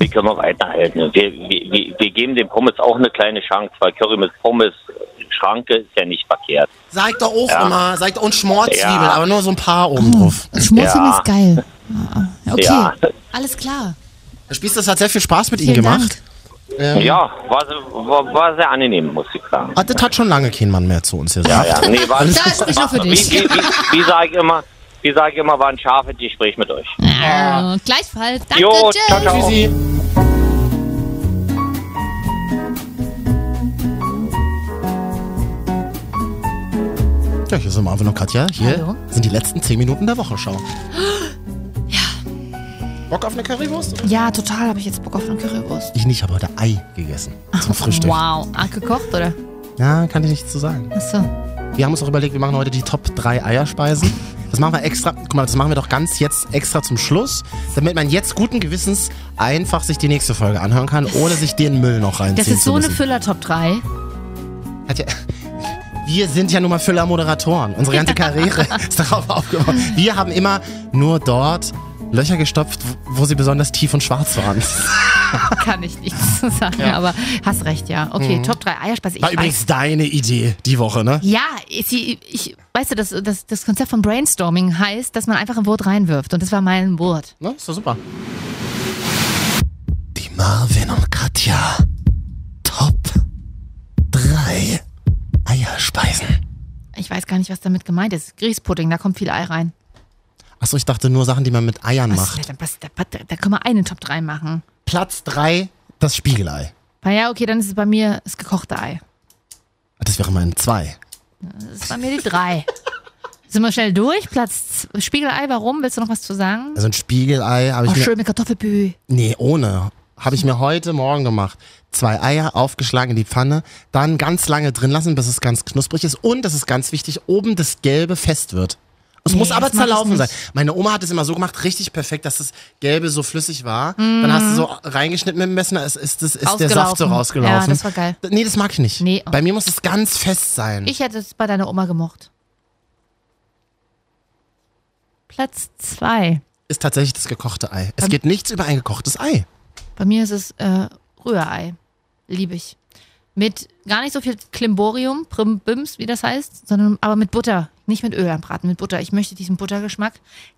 Speaker 7: Wie können wir weiterhalten? Wir, wir, wir- wir geben den Pommes auch eine kleine Chance, weil Curry mit Pommes Schranke ist ja nicht verkehrt.
Speaker 1: Sag doch auch
Speaker 7: Ja.
Speaker 1: immer, sag doch und Schmorzwiebeln,
Speaker 7: Ja.
Speaker 1: aber nur so ein paar oben drauf.
Speaker 8: Schmutzeln
Speaker 7: Ja.
Speaker 8: ist geil. Ah, Okay,
Speaker 7: Ja.
Speaker 8: alles klar.
Speaker 1: Herr Spieß, das hat sehr viel Spaß mit Ihnen
Speaker 8: Vielen
Speaker 1: gemacht. Ähm,
Speaker 7: Ja, war, so- war, war sehr angenehm, muss ich sagen.
Speaker 1: ah, Das hat schon lange kein Mann mehr zu uns gesagt.
Speaker 7: Ja, ja. Nee, war,
Speaker 8: Das ist nicht nur für
Speaker 7: wie,
Speaker 8: dich.
Speaker 7: wie, wie, wie sage ich immer, wie sage ich immer, war ein scharfes Gespräch mit euch.
Speaker 2: Oh,
Speaker 8: Ah, gleichfalls. Danke,
Speaker 7: Jo,
Speaker 8: tschüss.
Speaker 7: ciao, ciao.
Speaker 1: Tschüssi. Ja, hier sind Marvin und Katja. Hier
Speaker 8: Hallo.
Speaker 1: sind die letzten 10 Minuten der Wochenschau. Ja. Bock auf eine Currywurst?
Speaker 2: Ja, total habe ich jetzt Bock auf eine Currywurst.
Speaker 1: Ich nicht, habe heute Ei gegessen. Zum Frühstück.
Speaker 8: Wow, ah, gekocht, oder?
Speaker 1: Ja, kann ich nichts zu sagen.
Speaker 8: Achso.
Speaker 1: Wir haben uns auch überlegt, wir machen heute die Top 3 Eierspeisen. Das machen wir extra, guck mal, das machen wir doch ganz jetzt extra zum Schluss, damit man jetzt guten Gewissens einfach sich die nächste Folge anhören kann, ohne sich den Müll noch reinziehen
Speaker 2: Das ist so
Speaker 1: zu
Speaker 2: eine
Speaker 1: müssen.
Speaker 2: Füller-Top 3.
Speaker 1: Katja, wir sind ja nun mal Füller-Moderatoren. Unsere ganze Karriere ist darauf aufgebaut. Wir haben immer nur dort Löcher gestopft, wo sie besonders tief und schwarz waren.
Speaker 2: Kann ich nichts zu sagen, aber hast recht, ja. Okay, Top 3 Eierspeise. Ich
Speaker 1: Mhm. War übrigens deine Idee die Woche, ne?
Speaker 2: Ja, ich, ich, weißt du, das, das, das Konzept von Brainstorming heißt, dass man einfach ein Wort reinwirft. Und das war mein Wort.
Speaker 1: Ne? Ist doch super. Die Marvin und Katja. Top 3 Eierspeisen.
Speaker 2: Ich weiß gar nicht, was damit gemeint ist. Grießpudding, da kommt viel Ei rein.
Speaker 1: Achso, ich dachte nur Sachen, die man mit Eiern
Speaker 2: Was,
Speaker 1: macht.
Speaker 2: da, was, da, da, da können wir einen Top 3 machen.
Speaker 1: Platz 3, das Spiegelei.
Speaker 2: Na ja, okay, dann ist es bei mir das gekochte Ei.
Speaker 1: Das wäre mein 2.
Speaker 2: Das ist bei mir die 3. Sind wir schnell durch? Platz z- Spiegelei, warum? Willst du noch was zu sagen?
Speaker 1: Also ein Spiegelei habe ich
Speaker 2: Oh,
Speaker 1: mir...
Speaker 2: schön mit Kartoffelpü.
Speaker 1: Nee, ohne. Habe ich mir heute Morgen gemacht. Zwei Eier aufgeschlagen in die Pfanne, dann ganz lange drin lassen, bis es ganz knusprig ist. Und, das ist ganz wichtig, oben das Gelbe fest wird. Es
Speaker 2: Nee,
Speaker 1: muss aber
Speaker 2: das mach ich
Speaker 1: zerlaufen sein.
Speaker 2: nicht.
Speaker 1: Meine Oma hat es immer so gemacht, richtig perfekt, dass das Gelbe so flüssig war. Dann hast du so reingeschnitten mit dem Messer, ist, ist, ist, ist der Saft so
Speaker 2: Ausgelaufen.
Speaker 1: rausgelaufen.
Speaker 2: Ja, das war geil.
Speaker 1: Nee, das mag ich nicht.
Speaker 2: Nee.
Speaker 1: Bei mir muss es ganz fest sein.
Speaker 2: Ich hätte es bei deiner Oma gemocht. Platz 2.
Speaker 1: ist tatsächlich das gekochte Ei. Es geht nichts über ein gekochtes Ei.
Speaker 2: Bei mir ist es äh, Rührei. Liebe ich. Mit gar nicht so viel Klimborium, Primbims, wie das heißt, sondern aber mit Butter. Nicht mit Öl anbraten, mit Butter. Ich möchte diesen Buttergeschmack.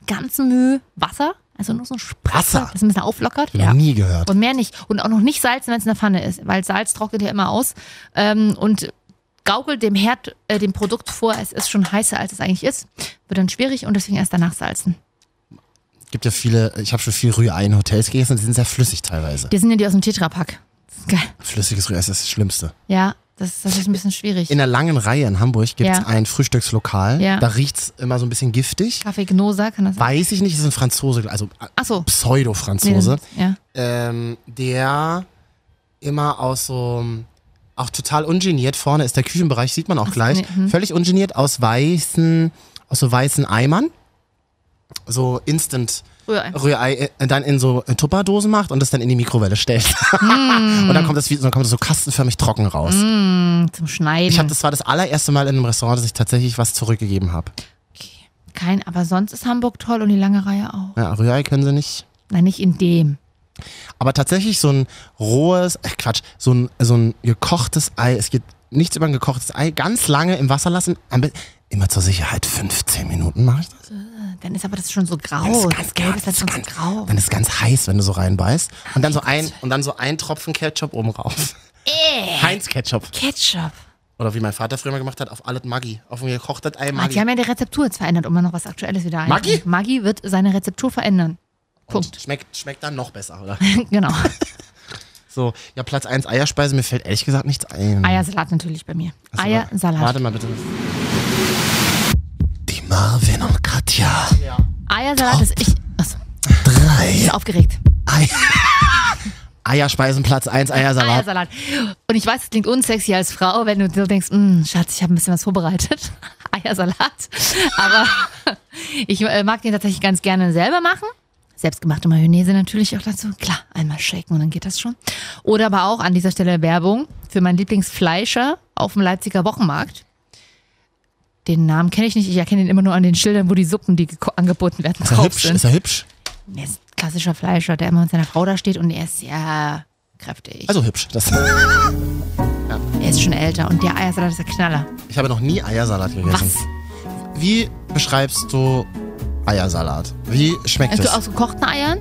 Speaker 2: Ganz Mühe Wasser, also nur so ein Spritzer,
Speaker 1: Wasser?
Speaker 2: das ein bisschen auflockert.
Speaker 1: Noch nie gehört.
Speaker 2: Und mehr nicht. Und auch noch nicht salzen, wenn es in der Pfanne ist, weil Salz trocknet ja immer aus. Ähm, und gaukelt dem Herd, äh, dem Produkt vor, es ist schon heißer, als es eigentlich ist. Wird dann schwierig und deswegen erst danach salzen.
Speaker 1: gibt ja viele, ich habe schon viel Rührei in Hotels gegessen, die sind sehr flüssig teilweise.
Speaker 2: Wir sind ja die aus dem Tetrapack. Das ist geil.
Speaker 1: Flüssiges Rührei ist das Schlimmste.
Speaker 2: Ja, das, das ist ein bisschen schwierig.
Speaker 1: In der langen Reihe in Hamburg gibt es
Speaker 2: Ja.
Speaker 1: ein Frühstückslokal.
Speaker 2: Ja.
Speaker 1: Da riecht's immer so ein bisschen giftig.
Speaker 2: Kaffee Gnosa kann das sein?
Speaker 1: Weiß ich nicht, ist ein Franzose, also äh,
Speaker 2: Achso.
Speaker 1: Pseudo-Franzose,
Speaker 2: Ja.
Speaker 1: ähm, der immer aus so, einem- auch total ungeniert, vorne ist der Küchenbereich, sieht man auch gleich,
Speaker 2: nee, hm.
Speaker 1: völlig ungeniert aus weißen, aus so weißen Eimern, so Instant
Speaker 2: Rührei.
Speaker 1: Rührei äh, dann in so Tupperdosen macht und das dann in die Mikrowelle stellt.
Speaker 2: Hm.
Speaker 1: und dann kommt das wie dann kommt das so kastenförmig trocken raus.
Speaker 2: Zum Schneiden.
Speaker 1: Ich habe das war das allererste Mal in einem Restaurant, dass ich tatsächlich was zurückgegeben habe.
Speaker 2: okay. Kein, aber sonst ist Hamburg toll und die lange Reihe auch.
Speaker 1: Ja, Rührei können sie nicht.
Speaker 2: Nein, nicht in dem.
Speaker 1: Aber tatsächlich so ein rohes, äh Quatsch, so ein, so ein gekochtes Ei. Es geht nichts über ein gekochtes Ei. Ganz lange im Wasser lassen. Am be- Immer zur Sicherheit 15 Minuten mache ich das.
Speaker 2: Dann ist aber das schon so grau.
Speaker 1: Dann ist
Speaker 2: Oh, Das
Speaker 1: ganz-
Speaker 2: Gelb
Speaker 1: ja,
Speaker 2: ist dann
Speaker 1: das
Speaker 2: schon
Speaker 1: ist
Speaker 2: so
Speaker 1: ganz-
Speaker 2: grau.
Speaker 1: Dann ist ganz heiß, wenn du so reinbeißt. Und dann so ein, und dann so ein Tropfen Ketchup oben rauf.
Speaker 2: Äh.
Speaker 1: Heinz Ketchup.
Speaker 2: Ketchup.
Speaker 1: Oder wie mein Vater früher mal gemacht hat, auf alles Maggi. Auf ein gekochtes Ei
Speaker 2: Ah, Die
Speaker 1: Maggi.
Speaker 2: haben ja die Rezeptur jetzt verändert, um mal noch was Aktuelles wieder ein.
Speaker 1: Maggi?
Speaker 2: Maggi wird seine Rezeptur verändern. Punkt.
Speaker 1: Schmeckt, schmeckt dann noch besser, oder?
Speaker 2: genau.
Speaker 1: So, ja, Platz 1 Eierspeise, mir fällt ehrlich gesagt nichts ein.
Speaker 2: Eiersalat natürlich bei mir.
Speaker 1: Also,
Speaker 2: Eiersalat.
Speaker 1: Warte mal bitte. Die Marvin und Katja.
Speaker 2: Eiersalat ist ich. Achso,
Speaker 1: Drei
Speaker 2: ist aufgeregt.
Speaker 1: Ei Eierspeisen Platz 1, Eiersalat.
Speaker 2: Eiersalat. Ah Und ich weiß, es klingt unsexy als Frau, wenn du so denkst, "Mm, Schatz, ich habe ein bisschen was vorbereitet. Eiersalat. Aber ich äh, mag den tatsächlich ganz gerne selber machen. Selbstgemachte Mayonnaise natürlich auch dazu. Klar, einmal shaken und dann geht das schon. Oder aber auch an dieser Stelle Werbung für meinen Lieblingsfleischer auf dem Leipziger Wochenmarkt. Den Namen kenne ich nicht. Ich erkenne ihn immer nur an den Schildern, wo die Suppen, die geko- angeboten werden,
Speaker 1: Ist er
Speaker 2: drauf
Speaker 1: hübsch?
Speaker 2: sind.
Speaker 1: Ist er hübsch?
Speaker 2: Er ist ein klassischer Fleischer, der immer mit seiner Frau da steht und er ist sehr kräftig.
Speaker 1: Also hübsch. Das,
Speaker 2: Er ist schon älter und der Eiersalat ist der Knaller.
Speaker 1: ich habe noch nie Eiersalat gegessen.
Speaker 2: Was?
Speaker 1: Wie beschreibst du Eiersalat? Wie schmeckt
Speaker 2: Also
Speaker 1: es?
Speaker 2: aus gekochten Eiern?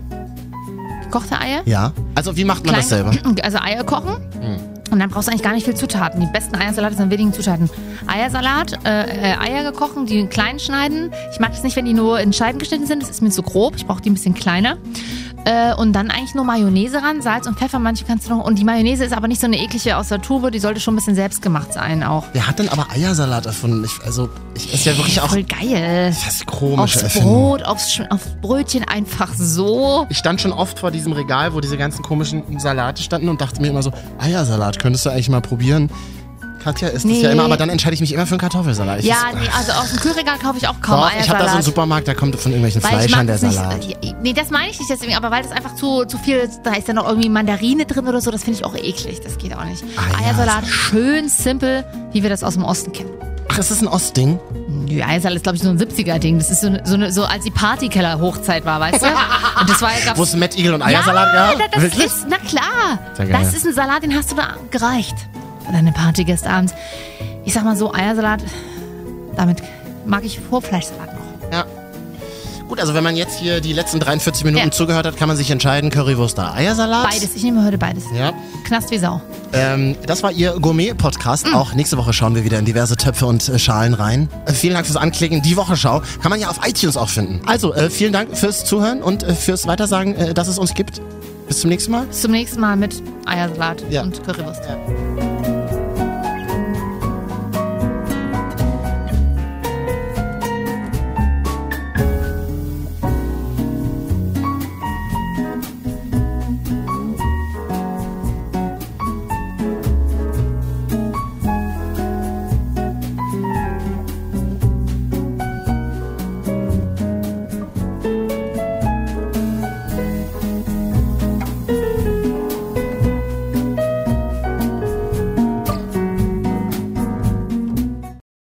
Speaker 2: Gekochte Eier?
Speaker 1: Ja. Also wie macht man das selber?
Speaker 2: Also Eier kochen.
Speaker 1: Hm.
Speaker 2: Und dann brauchst du eigentlich gar nicht viel Zutaten. Die besten Eiersalate sind wenigen Zutaten. Eiersalat, äh, äh, Eier gekochen, die klein schneiden. Ich mag es nicht, wenn die nur in Scheiben geschnitten sind. Das ist mir zu grob. Ich brauche die ein bisschen kleiner. Äh, und dann eigentlich nur Mayonnaise ran, Salz und Pfeffer. Manche kannst du noch. Und die Mayonnaise ist aber nicht so eine eklige aus der Tube. Die sollte schon ein bisschen selbstgemacht sein auch.
Speaker 1: Wer hat denn aber Eiersalat erfunden? Ich, also, ich esse ja wirklich auch
Speaker 2: Voll geil.
Speaker 1: das komische
Speaker 2: Aufs
Speaker 1: Erfinden.
Speaker 2: Brot, aufs, Sch- auf Brötchen einfach so.
Speaker 1: Ich stand schon oft vor diesem Regal, wo diese ganzen komischen Salate standen und dachte mir immer so, Eiersalat könntest du eigentlich mal probieren. Katja isst
Speaker 2: Nee.
Speaker 1: das ja immer, aber dann entscheide ich mich immer für einen Kartoffelsalat. Ich
Speaker 2: Ja,
Speaker 1: esse-
Speaker 2: nee, also aus dem Kühlregal kaufe ich auch kaum
Speaker 1: Doch,
Speaker 2: Eiersalat.
Speaker 1: ich habe da so einen Supermarkt, da kommt von irgendwelchen
Speaker 2: weil ich mag
Speaker 1: Fleischern der
Speaker 2: das nicht,
Speaker 1: Salat.
Speaker 2: Ja, Nee, das meine ich nicht deswegen, aber weil das einfach zu, zu viel ist. Da ist dann noch irgendwie Mandarine drin oder so, das finde ich auch eklig. Das geht auch nicht.
Speaker 1: Ah, ja,
Speaker 2: Eiersalat,
Speaker 1: so.
Speaker 2: schön simpel, wie wir das aus dem Osten kennen.
Speaker 1: Ach, ist das ein Ostding?
Speaker 2: Nö, Eiersalat ist, glaube ich, so ein 70er-Ding. Das ist so, eine- so, eine, so als die Partykeller-Hochzeit war, weißt du? Und das war ja
Speaker 1: Wo
Speaker 2: gab's,
Speaker 1: es Mettigel und Eiersalat
Speaker 2: ja,
Speaker 1: gab?
Speaker 2: da- das
Speaker 1: Oh, Wirklich?
Speaker 2: ist, na klar.
Speaker 1: Sehr geil.
Speaker 2: Das ist ein Salat, den hast du da gereicht. Für deine Party gestern Abend. Ich sag mal so, Eiersalat, damit mag ich Vorfleischsalat noch.
Speaker 1: Ja. Gut, also wenn man jetzt hier die letzten 43 Minuten
Speaker 2: Ja.
Speaker 1: zugehört hat, kann man sich entscheiden, Currywurst oder Eiersalat.
Speaker 2: Beides, ich nehme heute beides.
Speaker 1: Ja.
Speaker 2: Knast wie Sau.
Speaker 1: Ähm, das war Ihr Gourmet-Podcast. Auch nächste Woche schauen wir wieder in diverse Töpfe und äh, Schalen rein. Äh, vielen Dank fürs Anklicken. Die Wochenschau kann man ja auf iTunes auch finden. Also, äh, vielen Dank fürs Zuhören und äh, fürs Weitersagen, äh, dass es uns gibt. Bis zum nächsten Mal.
Speaker 2: Bis zum nächsten Mal mit Eiersalat
Speaker 1: Ja.
Speaker 2: und Currywurst.